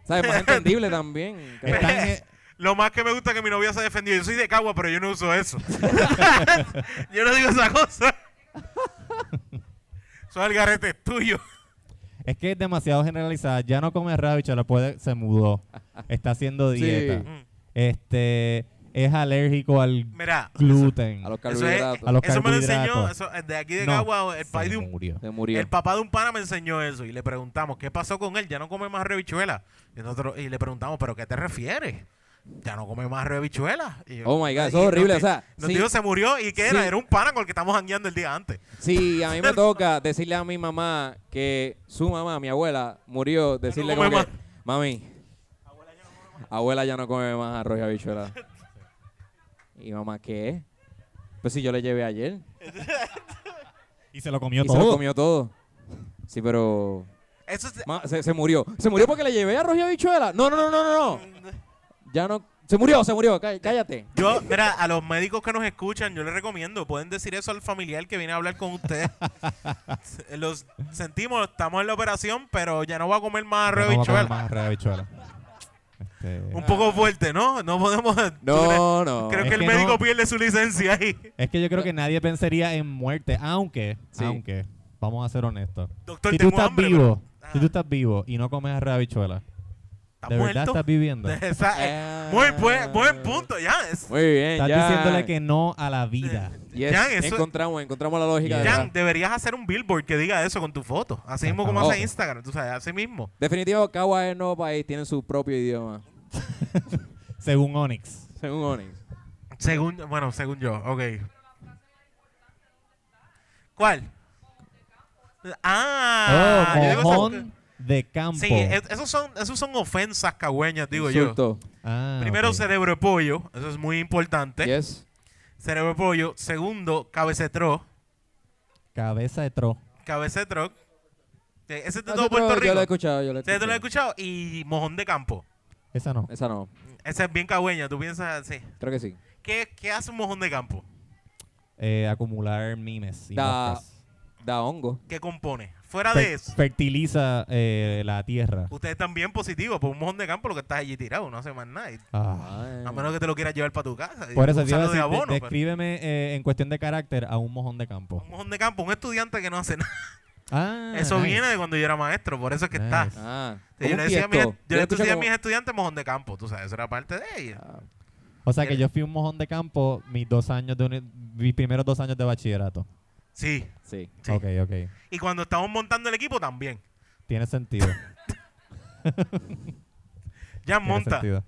¿Sabes? Más entendible también. Pues, cabrón. e-, lo más que me gusta es que mi novia se defendió yo soy de Cagua pero yo no uso eso yo no digo esa cosa soy el garete es tuyo Es que es demasiado generalizada. Ya no come arroz de habichuela, puede, se mudó. Está haciendo Sí. dieta. Mm. Este, es alérgico al mira gluten. A los eso, es- carbohidratos. A los eso me lo enseñó carbohidratos. eso, eh, de aquí de No, Cagua el se país de un murió. Se murió. El papá de un pana me enseñó eso y le preguntamos, ¿qué pasó con él? Ya no come más revichuela. Y, nosotros, y le preguntamos, ¿pero qué te refieres? Ya no come más revichuela. Oh my God, eso es horrible, o sea, Nos sí. dijo, se murió y ¿qué era? Sí. Era un pana con el que estamos jangueando el día antes. Sí, a mí me toca decirle a mi mamá que su mamá, mi abuela, murió. Decirle come como que, mami, abuela ya no come más arroz y habichuela. ¿Y mamá qué? Pues si yo le llevé ayer. Y se lo comió y todo. se lo comió todo. Sí, pero... Eso es- ma- se, se murió. ¿Se murió porque le llevé arroz y habichuela? No, no, no, no, no. no. Ya no... Se murió, se murió. cá- Cállate. yo, mira, a los médicos que nos escuchan, yo les recomiendo, pueden decir eso al familiar que viene a hablar con ustedes. Los sentimos, estamos en la operación, pero ya no va a comer más Ya no va a comer revichuela. más arroz de habichuela. Este, un poco fuerte, ¿no? No podemos... No, no. Creo Es que el que médico no. pierde su licencia ahí. Es que yo creo que nadie pensaría en muerte, aunque, Sí. aunque, vamos a ser honestos. Doctor, si tú tengo estás hambre, vivo, pero- si tú estás vivo y no comes arroz de habichuela, ¿Está ¿de verdad muerto? estás viviendo? Esa- eh, Ah. muy buen, buen punto, ya. es- Muy bien, Estás ya. diciéndole que no a la vida. Yes, Jan, eso- encontramos, encontramos la lógica de Jan, la- deberías hacer un billboard que diga eso con tu foto. Así mismo como Exactamente. hace Instagram, tú sabes, así mismo. Definitivo, Cagua es el nuevo país, tienen su propio idioma, Según Onyx. según Onyx. Según, bueno, según yo, ok. ¿Cuál? Ah, yo digo oh, esa- mojón de campo. Sí, es- esos son, esos son ofensas cagüeñas, digo yo. Insulto. Ah, Primero, ok. cerebro de pollo, eso es muy importante. Yes. Cerebro de pollo. Segundo, cabecetro. Cabeza de tro. Cabecetro. Este, ese es de Ah, todo yo creo- Puerto Yo Rico. lo he escuchado, yo lo he Ustedes no lo escuchado. han escuchado. Y Mojón de Campo. Esa no. Esa no, Esa es bien cagüeña, tú piensas así. creo que sí. ¿Qué, qué hace un mojón de campo? Eh, acumular memes. y Da- moscas. Da hongo. ¿Qué compone? Fuera Fer- de eso, Fertiliza eh, la tierra. ustedes están bien positivos. Por un mojón de campo lo que estás allí tirado, no hace más nada. Y- Ah. A menos que te lo quieras llevar para tu casa. y Por eso te iba a usarlo de decir, de- abono, pues. pero- descríbeme eh, en cuestión de carácter a un mojón de campo. Un mojón de campo, un estudiante que no hace nada. Ah, eso nice. viene de cuando yo era maestro, por eso es que está. Nice. Ah, Sí, yo como le un decía, a mis, tiesto. yo lo le escuché decía a como- Ah, mis estudiantes mojón de campo, tú sabes, eso era parte de ellos. Ah. O sea que Mira. yo fui un mojón de campo mis dos años de uni- mis primeros dos años de bachillerato. Sí, Sí. sí. Ok, ok. Y cuando estábamos montando el equipo también. Tiene sentido. Ya tiene monta. sentido.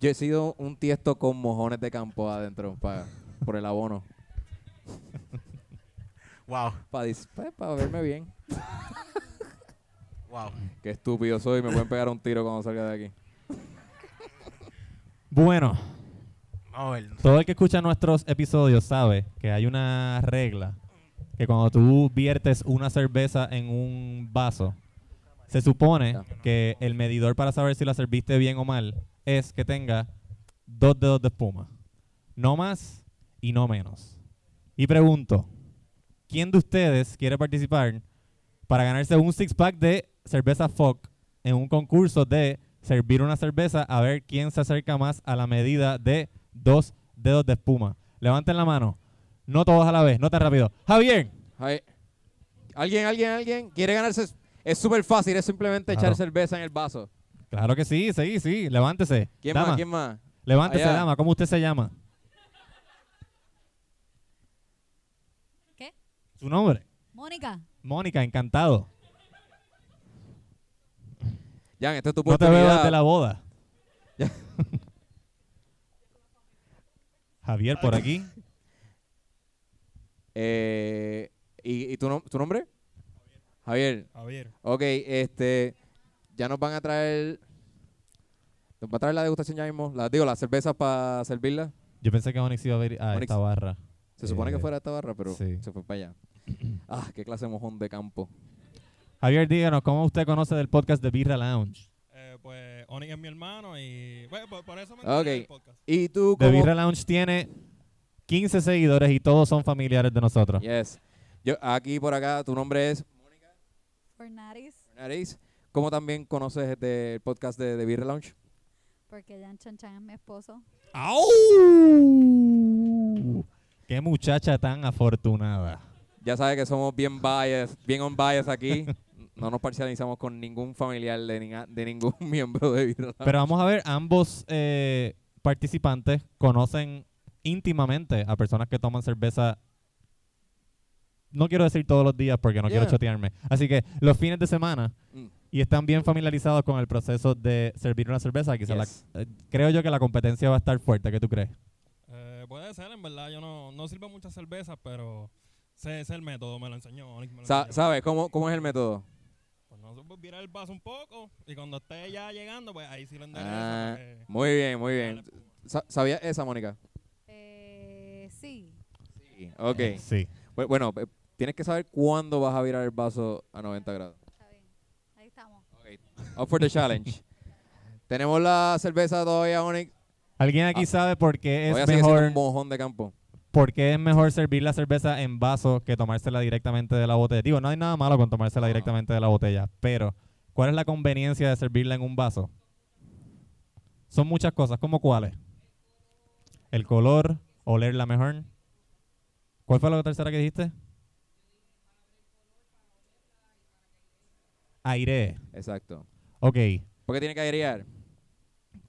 Yo he sido un tiesto con mojones de campo adentro pa- por el abono. Wow, Para pues, verme bien. wow. Qué estúpido soy, me pueden pegar un tiro cuando salga de aquí. Bueno, Vamos a ver. todo el que escucha nuestros episodios sabe que hay una regla que cuando tú viertes una cerveza en un vaso, se supone Ya. que el medidor para saber si la serviste bien o mal es que tenga dos dedos de espuma. No más y no menos. Y pregunto, ¿quién de ustedes quiere participar para ganarse un six-pack de cerveza Foc en un concurso de servir una cerveza a ver quién se acerca más a la medida de dos dedos de espuma? Levanten la mano. No todos a la vez, no tan rápido. Javier. Ay. ¿Alguien, alguien, alguien quiere ganarse? Es súper fácil, es simplemente Claro. echar cerveza en el vaso. Claro que sí, sí, sí. Levántese. ¿Quién dama, más? ¿Quién más? levántese, Allá. dama. ¿Cómo usted se llama? ¿Qué? Su nombre. Mónica, Mónica, encantado. Jan, esta es tu No te veo oportunidad. desde la boda. Ya. Javier, por aquí. Eh, ¿Y, y tu, nom- tu nombre? Javier. Javier. Ok, este. Ya nos van a traer. Nos va a traer la degustación ya mismo. La, digo, las cervezas para servirla. Yo pensé que Onyx iba a ir a Onyx. esta barra. Se supone que Eh, fuera esta barra, pero sí. se fue para allá. Ah, qué clase de mojón de campo. Javier, díganos, ¿cómo usted conoce del podcast de Birra Lounge? Eh, pues Onyx es mi hermano y bueno, por, por eso me Ok. enteré del podcast. ¿Y tú The cómo? Birra Lounge tiene 15 seguidores y todos son familiares de nosotros. Yes. Yo, aquí por acá, tu nombre es Fornaris, Nariz. ¿Cómo también conoces este, el podcast de, de Beer Lounge? porque Jan Chan Chan es mi esposo. ¡Au! Uh, ¡Qué muchacha tan afortunada! Ya sabes que somos bien biased, bien on bias aquí. No nos parcializamos con ningún familiar de, ninga- de ningún miembro de Beer Lounge. Pero vamos a ver, ambos eh, participantes conocen íntimamente a personas que toman cerveza. No quiero decir todos los días porque no quiero Yeah. chotearme. Así que los fines de semana Mm. y están bien familiarizados con el proceso de servir una cerveza. Quizá la- Yes. eh, creo yo que la competencia va a estar fuerte. ¿Qué tú crees? Eh, puede ser, en verdad, yo no, no sirvo muchas cervezas, pero sé, sé el método, me lo enseñó Onyx. Me lo Sa- enseñó. ¿Sabes cómo, cómo es el método? Pues no, pues, virar el vaso un poco y cuando esté ya llegando, pues ahí sí lo pues. endereza. Ah, porque- muy bien, muy bien. Sa- ¿Sabías esa, Mónica? Eh, sí, Sí. Ok. Sí. Bu- Bueno, pe- tienes que saber cuándo vas a virar el vaso a 90 grados. está bien. Ahí estamos. Up for the challenge. Tenemos la cerveza todavía, Onyx. ¿Alguien aquí Ah. sabe por qué Todavía es sigue siendo un mejor mojón de campo. ¿Por qué es mejor servir la cerveza en vaso que tomársela directamente de la botella? Digo, no hay nada malo con tomársela directamente de la botella, pero ¿cuál es la conveniencia de servirla en un vaso? Son muchas cosas, ¿como cuáles? El color, olerla mejor. ¿Cuál fue la tercera que dijiste? Aire. Exacto. Ok. ¿Por qué tiene que airear?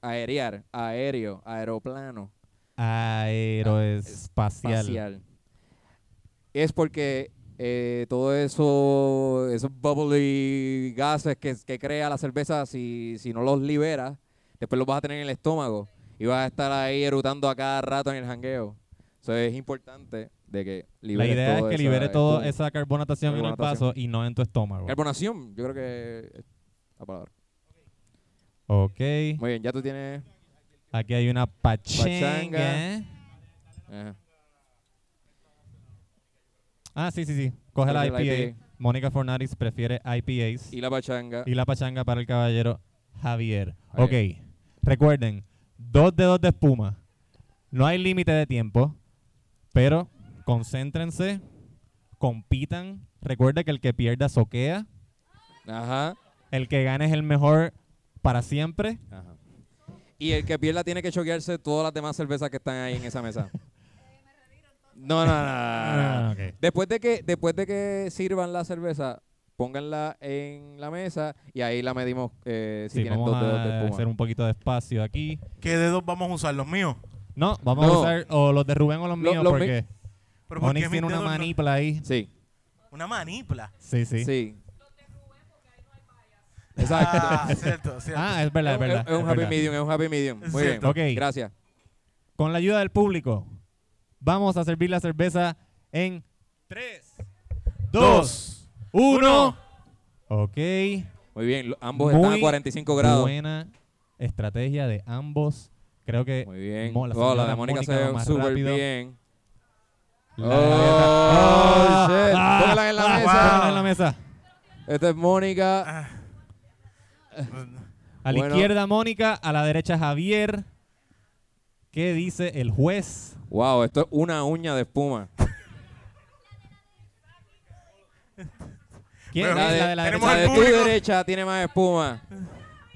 Aerear, aéreo, aeroplano, Aeroespacial. Ah, espacial. Es porque eh, todo eso, esos bubbly gases que, que crea la cerveza, si, si no los liberas, después los vas a tener en el estómago y vas a estar ahí erutando a cada rato en el jangueo. Eso es importante de que La liberes idea es todo que esa- libere toda todo- esa carbonatación en el Carbonatación. vaso y no en tu estómago. Carbonación, yo creo que es la palabra. Ok. Muy bien, ya tú tienes... Aquí hay una pachanga. Pachanga. ajá. Ah, sí, sí, sí. Coge la Coge la IPA. IPA. Mónica Fornaris prefiere IPAs. Y la pachanga. Y la pachanga para el caballero Javier. Javier. Ok. Recuerden, dos dedos de espuma. No hay límite de tiempo, pero concéntrense, compitan. Recuerda que el que pierda soquea. Ajá. El que gane es el mejor para siempre. Y el que pierda tiene que choquearse todas las demás cervezas que están ahí en esa mesa. No, no, no, no, no, no. Ah, ok. Después de que, después de que sirvan la cerveza, pónganla en la mesa y ahí la medimos eh, si Sí, tienen vamos dos dedos de a espuma. hacer un poquito de espacio aquí. ¿Qué dedos vamos a usar? ¿Los míos? No, vamos No. a usar o los de Rubén o los Lo- míos los mi- porque ¿Pero por Onyx qué mis tiene una dedos no- manipla ahí. Sí, Una manipla. Sí, sí. sí. Exacto. Ah, cierto, cierto. Ah, es verdad, es Es- verdad. es un es happy verdad. medium, es un happy medium. Muy bien. Cierto. Ok. Gracias. Con la ayuda del público, vamos a servir la cerveza en 3, 2, Dos. 1. uno. Ok. Muy bien. lo- Ambos Muy están a 45 grados. Buena estrategia de ambos. Creo que Muy bien. Mo- la Oh, la señora de Mónica se Mónica va ve más súper rápido. bien. la- Oh, shit. Ah, Póngala en la ah, mesa. póngala en la mesa. Esta es Mónica. Ah. A la Bueno. izquierda Mónica, a la derecha Javier. ¿Qué dice el juez? Wow, esto es una uña de espuma. ¿Quién Bueno, es la de la tenemos derecha? La al de tu público. derecha tiene más espuma.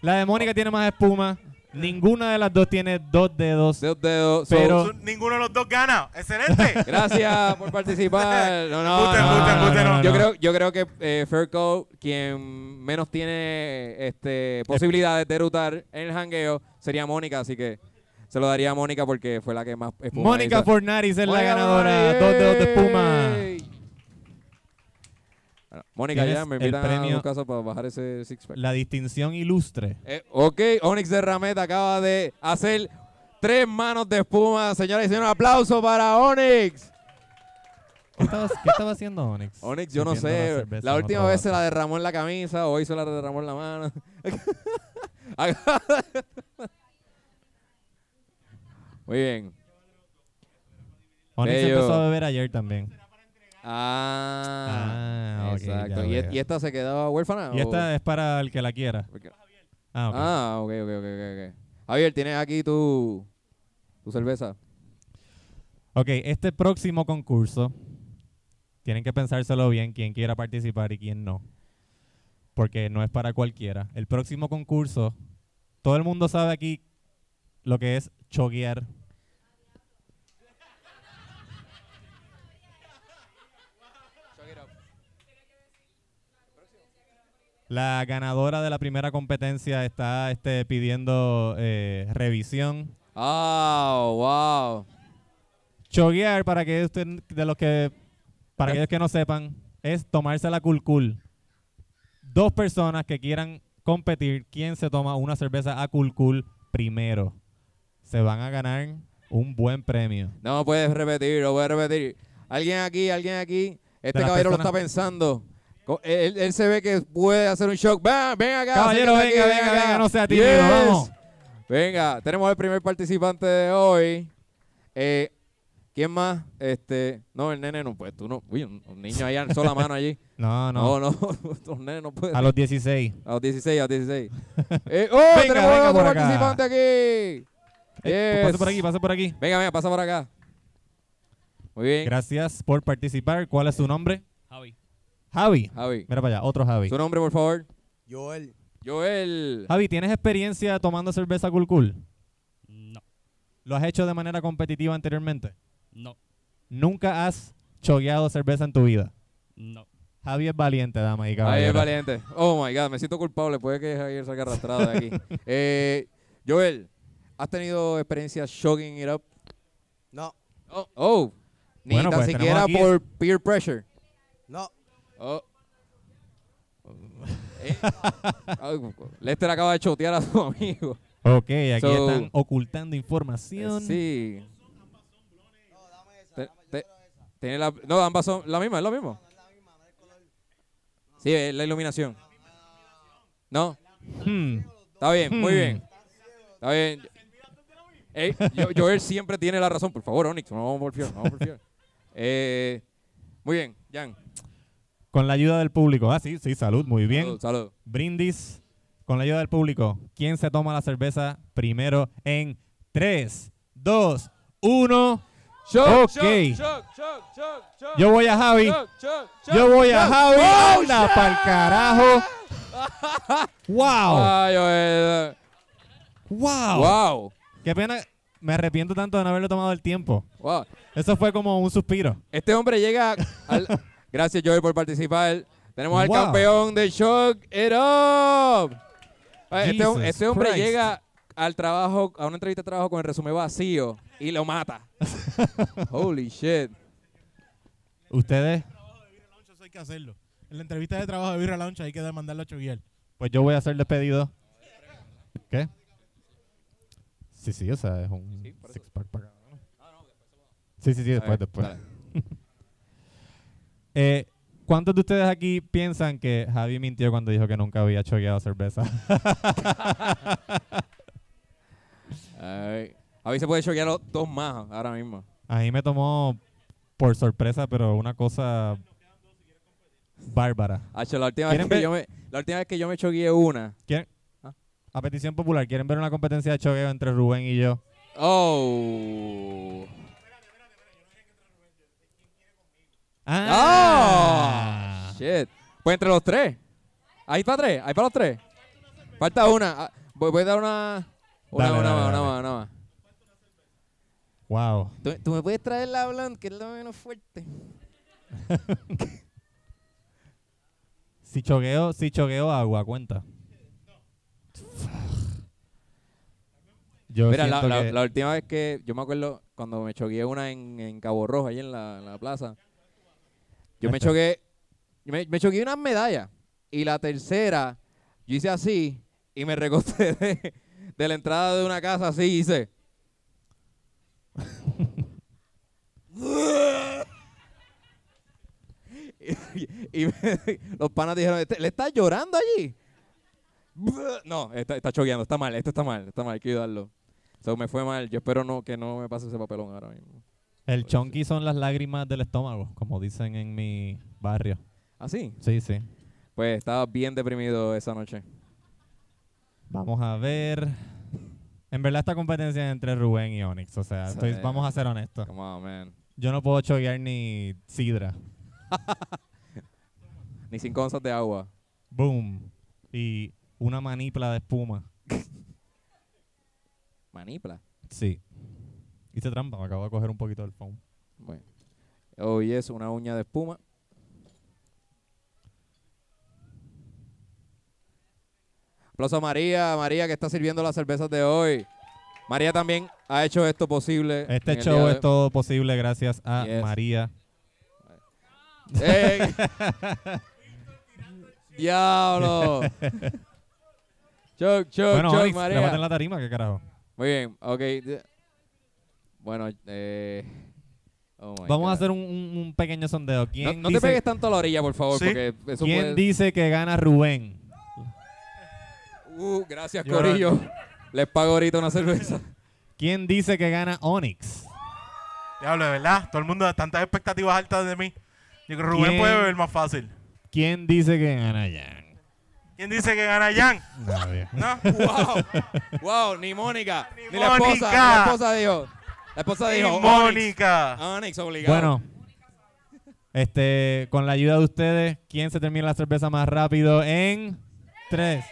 La de Mónica tiene más espuma. Ninguna de las dos tiene dos dedos. Dos dedos. So, Pero- Su- Ninguno de los dos gana. Excelente. gracias por participar. No, no, Embuste, no, embuste, no, embuste, no. no. Yo, creo, yo creo que eh, Ferco, quien menos tiene este, posibilidades de rutar en el hangueo, sería Mónica. Así que se lo daría a Mónica porque fue la que más espuma Mónica hizo. Fornaris es la Mónica ganadora. Ferrari, Dos dedos de espuma. ¡yay! Bueno, Mónica, Tienes ya me el invitan a premio. un caso para bajar ese six-pack. La distinción ilustre. Eh, ok, Onyx de Ramet acaba de hacer tres manos de espuma. Señoras y señores, un aplauso para Onyx. ¿Qué estaba, qué estaba haciendo Onyx? Onyx, yo no Metiendo sé. cerveza La en última otro vez se vaso. la derramó en la camisa, hoy se la derramó en la mano. Muy bien. Onyx Bello. empezó a beber ayer también. Ah, Ah, ok, exacto. ya ¿Y, veo. e- y esta se quedaba huérfana? Y o- esta es para el que la quiera. porque- Ah, ok. Oh. Ah, ok, ok, ok, ok. Javier, tienes aquí tu, tu cerveza. Ok, este próximo concurso, tienen que pensárselo bien quién quiera participar y quién no. Porque no es para cualquiera. El próximo concurso, todo el mundo sabe aquí lo que es choguear. La ganadora de la primera competencia está este, pidiendo eh, revisión. Ah, wow. Choguear, para que usted, de los que, para aquellos que no sepan, es tomarse la culcul. Dos personas que quieran competir, ¿quién se toma una cerveza a culcul primero? Se van a ganar un buen premio. No puedes repetir, no puedes repetir. Alguien aquí, alguien aquí. Este De las caballero lo está personas- pensando. Co- Él, él se ve que puede hacer un shock. Ven, ven acá. Caballero, acércate venga, venga, venga, no sea tímido, vamos. Venga, tenemos el primer participante de hoy. Eh, ¿Quién más? Este, no, el nene no puede. Tú no, uy, un, un niño allá, sola mano allí. No, no. No, no, los nenes no pueden. A los 16. A los 16, a los 16. Eh, ¡Oh! Venga, tenemos venga otro por acá. participante aquí. Eh, Yes. Pasa por aquí, pasa por aquí. Venga, venga, pasa por acá. Muy eh. bien. Gracias por participar. ¿Cuál es su nombre? Javi. Javi. Javi. Mira para allá, otro Javi. Su nombre, por favor. Joel. Joel. Javi, ¿tienes experiencia tomando cerveza culcul? No, ¿Lo has hecho de manera competitiva anteriormente? no, Nunca has chogueado cerveza en tu vida. no. Javi es valiente, dama y Ahí es caballero. valiente. Oh my God, me siento culpable. Puede que Javier salga arrastrado de aquí. Eh, Joel, ¿has tenido experiencia shocking it up? No, Oh, oh. ni Bueno, tan pues, tenemos siquiera aquí- por peer pressure. no. Oh. Eh, oh, Lester acaba de chotear a su amigo. Ok, aquí So- están ocultando Eh, información. Sí. Te- te- tiene la- no, ambas son la misma, es lo mismo. Sí, es la iluminación. No, Hmm. está bien, muy Hmm. bien. Está bien. Ey, yo, Joel siempre tiene la razón. Por favor, Onyx, no vamos por fiel, no vamos por fiel. Eh, muy bien, Jan. Con la ayuda del público. Ah, sí, sí, salud, muy bien. Salud, salud. Brindis. Con la ayuda del público. ¿Quién se toma la cerveza primero en 3, 2, 1? ok. Yo voy a Javi. Yo voy a Javi. ¡Anda pa'l carajo! ¡Wow! Ay, ay, ay. Ah, ¡Wow! Wow. ¡Qué pena! Me arrepiento tanto de no haberle tomado el tiempo. Wow. Eso fue como un suspiro. Este hombre llega al... Gracias, Joel, por participar. Tenemos al Wow. campeón de Shock It Up. Ay, Este, hom- Jesus este hombre Christ. llega al trabajo, a una entrevista de trabajo con el resumen vacío y lo mata. Holy shit. Ustedes, Eso hay que hacerlo. En la entrevista de trabajo de Birra Lounge hay que demandarlo a Choguiel. pues yo voy a ser despedido. ¿Qué? Sí, sí, o sea, es un six pack para cada uno. Sí, sí, sí, después, ver, después. dale. Eh, ¿Cuántos de ustedes aquí piensan que Javi mintió cuando dijo que nunca había choqueado cerveza? Ay. A mí se puede choquear los dos más ahora mismo. A mí me tomó por sorpresa, pero una cosa bárbara. Hacho, la última, vez ¿Quieren que ver? yo me, la última vez que yo me choqueé una. ¿Quieren- Ah. A petición popular, ¿quieren ver una competencia de choqueo entre Rubén y yo? Oh. ¡Ah! Shit. Pues entre los tres. Ahí para tres, ahí para los tres. Falta una. Ah, Voy, voy a dar una. Una, Dale, una dale, más, dale. una más, una más. ¡Wow! ¿Tú, tú me puedes traer la blanca, que es la menos fuerte. Si choqueo, si choqueo agua, cuenta. Yo Mira, la, siento la- que- la última vez que yo me acuerdo cuando me choqué una en, en Cabo Rojo, ahí en la, en la plaza, yo Este. me choqué, yo me, me choqué unas medallas. Y la tercera, yo hice así y me recosté de, de la entrada de una casa así hice. y, y me- los panas dijeron, "Este- ¿le estás llorando allí? No, está, está choqueando, está mal, esto está mal, está mal, hay que ayudarlo. So, me fue mal, yo espero no que no me pase ese papelón ahora mismo. el chonky son las lágrimas del estómago, como dicen en mi barrio. ¿Ah, sí? Sí, sí. Pues estaba bien deprimido esa noche. Vamos a ver. En verdad esta competencia es entre Rubén y Onyx, o sea, estoy- Sí. vamos a ser honestos. Come on, man. Yo no puedo choquear ni sidra. Ni cinco onzas de agua. Boom. Y una manipla de espuma. Manipla. Sí. Hice trampa, me acabo de coger un poquito del foam. Bueno. Hoy es una uña de espuma. Aplauso a María, María que está sirviendo las cervezas de hoy. María también ha hecho esto posible. Este en el día show de- es todo posible gracias a Yes. María. ¡Ey! ¡Diablo! Choc, choc, bueno, choc, Onyx, María. Oh levanten la tarima, qué carajo. Muy bien, ok. de- Bueno, eh. oh my Vamos a God. hacer un, un- un pequeño sondeo. No, ¿Quién, no te dice, pegues pues. tanto a la orilla, por favor, Sí. porque eso quién puede. dice que gana Rubén? Uh, gracias, Yo- Corillo. Les pago ahorita una cerveza. ¿Quién dice que gana Onyx? Diablo, de verdad. Todo el mundo, tantas expectativas altas de mí. Yo creo que Rubén ¿Quién? puede beber más fácil. ¿Quién dice que gana Jan? ¿Quién dice que gana Jan? Nadie. ¿No? ¡Wow! ¡Wow! Ni Mónica. Ni, la Mónica. esposa. ni La esposa dijo. La esposa Y dijo. "Onyx". Ah. Mónica. Onyx obligado. Bueno, este, con la ayuda de ustedes, ¿quién se termina la cerveza más rápido en 3?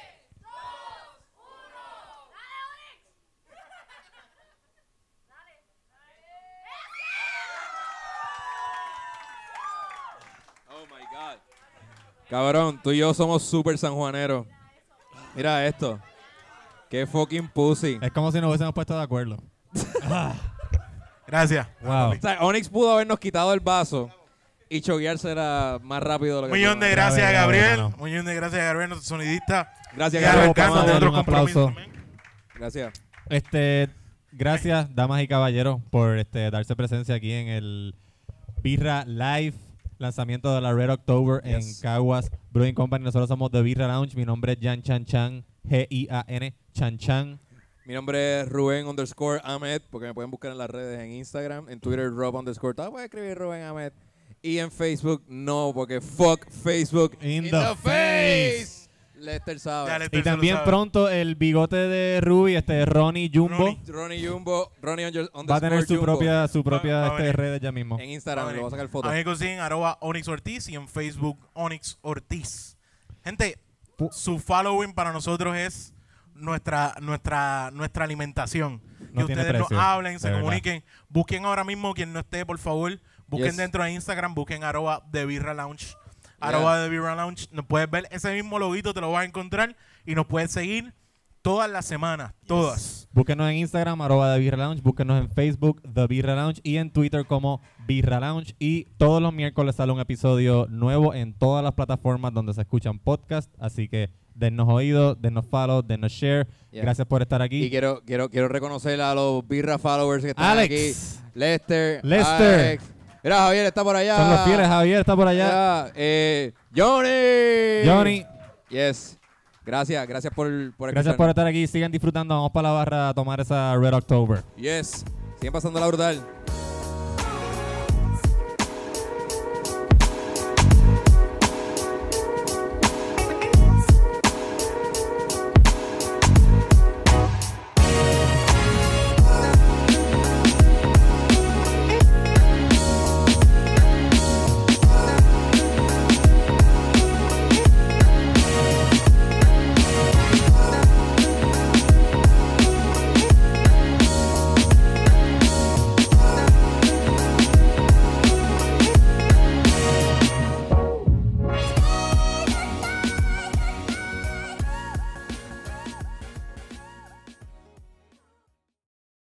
Cabrón, tú y yo somos súper sanjuaneros. Mira esto. Qué fucking pussy. Es como si nos hubiésemos puesto de acuerdo. Ah. Gracias. Wow. O sea, Onyx pudo habernos quitado el vaso y chogueársela más rápido. de lo Un que millón de fue. gracias a Ya ves, Gabriel. ya ves, Un millón de gracias a Gabriel, nuestro sonidista. Gracias, Ya Gabriel. arrancamos vamos a de darle otros un compromisos aplauso. también. Gracias. Este, gracias, damas y caballeros, por este, darse presencia aquí en el Birra Live, lanzamiento de la Red October en Caguas Brewing Company. Nosotros somos The Birra Lounge. Mi nombre es Jan Chan Chan, G-I-A-N, Chan Chan. Mi nombre es Rubén underscore Ahmed, porque me pueden buscar en las redes, en Instagram, en Twitter, Rob underscore. Tal, pueden escribir Rubén Ahmed. Y en Facebook no, porque fuck Facebook in, the face. Lester sabe. Este Y también pronto el bigote de Ruby, este Ronnie Jumbo, Ronnie Jumbo, Ronnie under- underscore va a tener su Jumbo. propia, su propia va a este, venir. red ya mismo. En Instagram le voy a sacar fotos. A mí me consiguen arroba Onyx Ortiz y en Facebook Onyx Ortiz. Gente, su following para nosotros es nuestra, nuestra, nuestra alimentación. No que tiene ustedes nos precio, hablen, se de verdad. comuniquen. Busquen ahora mismo quien no esté, por favor. Busquen Yes. dentro de Instagram, busquen arroba The Birra Lounge. Arroba The Birra Lounge. Nos puedes ver ese mismo loguito, te lo vas a encontrar y nos puedes seguir todas las semanas. Todas. Búsquenos en Instagram, arroba The Birra Lounge. Búsquenos en Facebook, The Birra Lounge. Y en Twitter como Birra Lounge. Y todos los miércoles sale un episodio nuevo en todas las plataformas donde se escuchan podcasts. Así que dennos oído, dennos follow, dennos share. Yeah. Gracias por estar aquí. Y quiero, quiero, quiero reconocer a los birra followers que están Alex. aquí. Lester. Lester. Alex. Mira, Javier está por allá. Son los fieles. Javier está por allá. Ya, eh, Johnny. Johnny. Yes. Gracias, gracias por, por Gracias escucharnos. por estar aquí. Sigan disfrutando. Vamos para la barra a tomar esa Red October. Yes. Siguen pasándola brutal.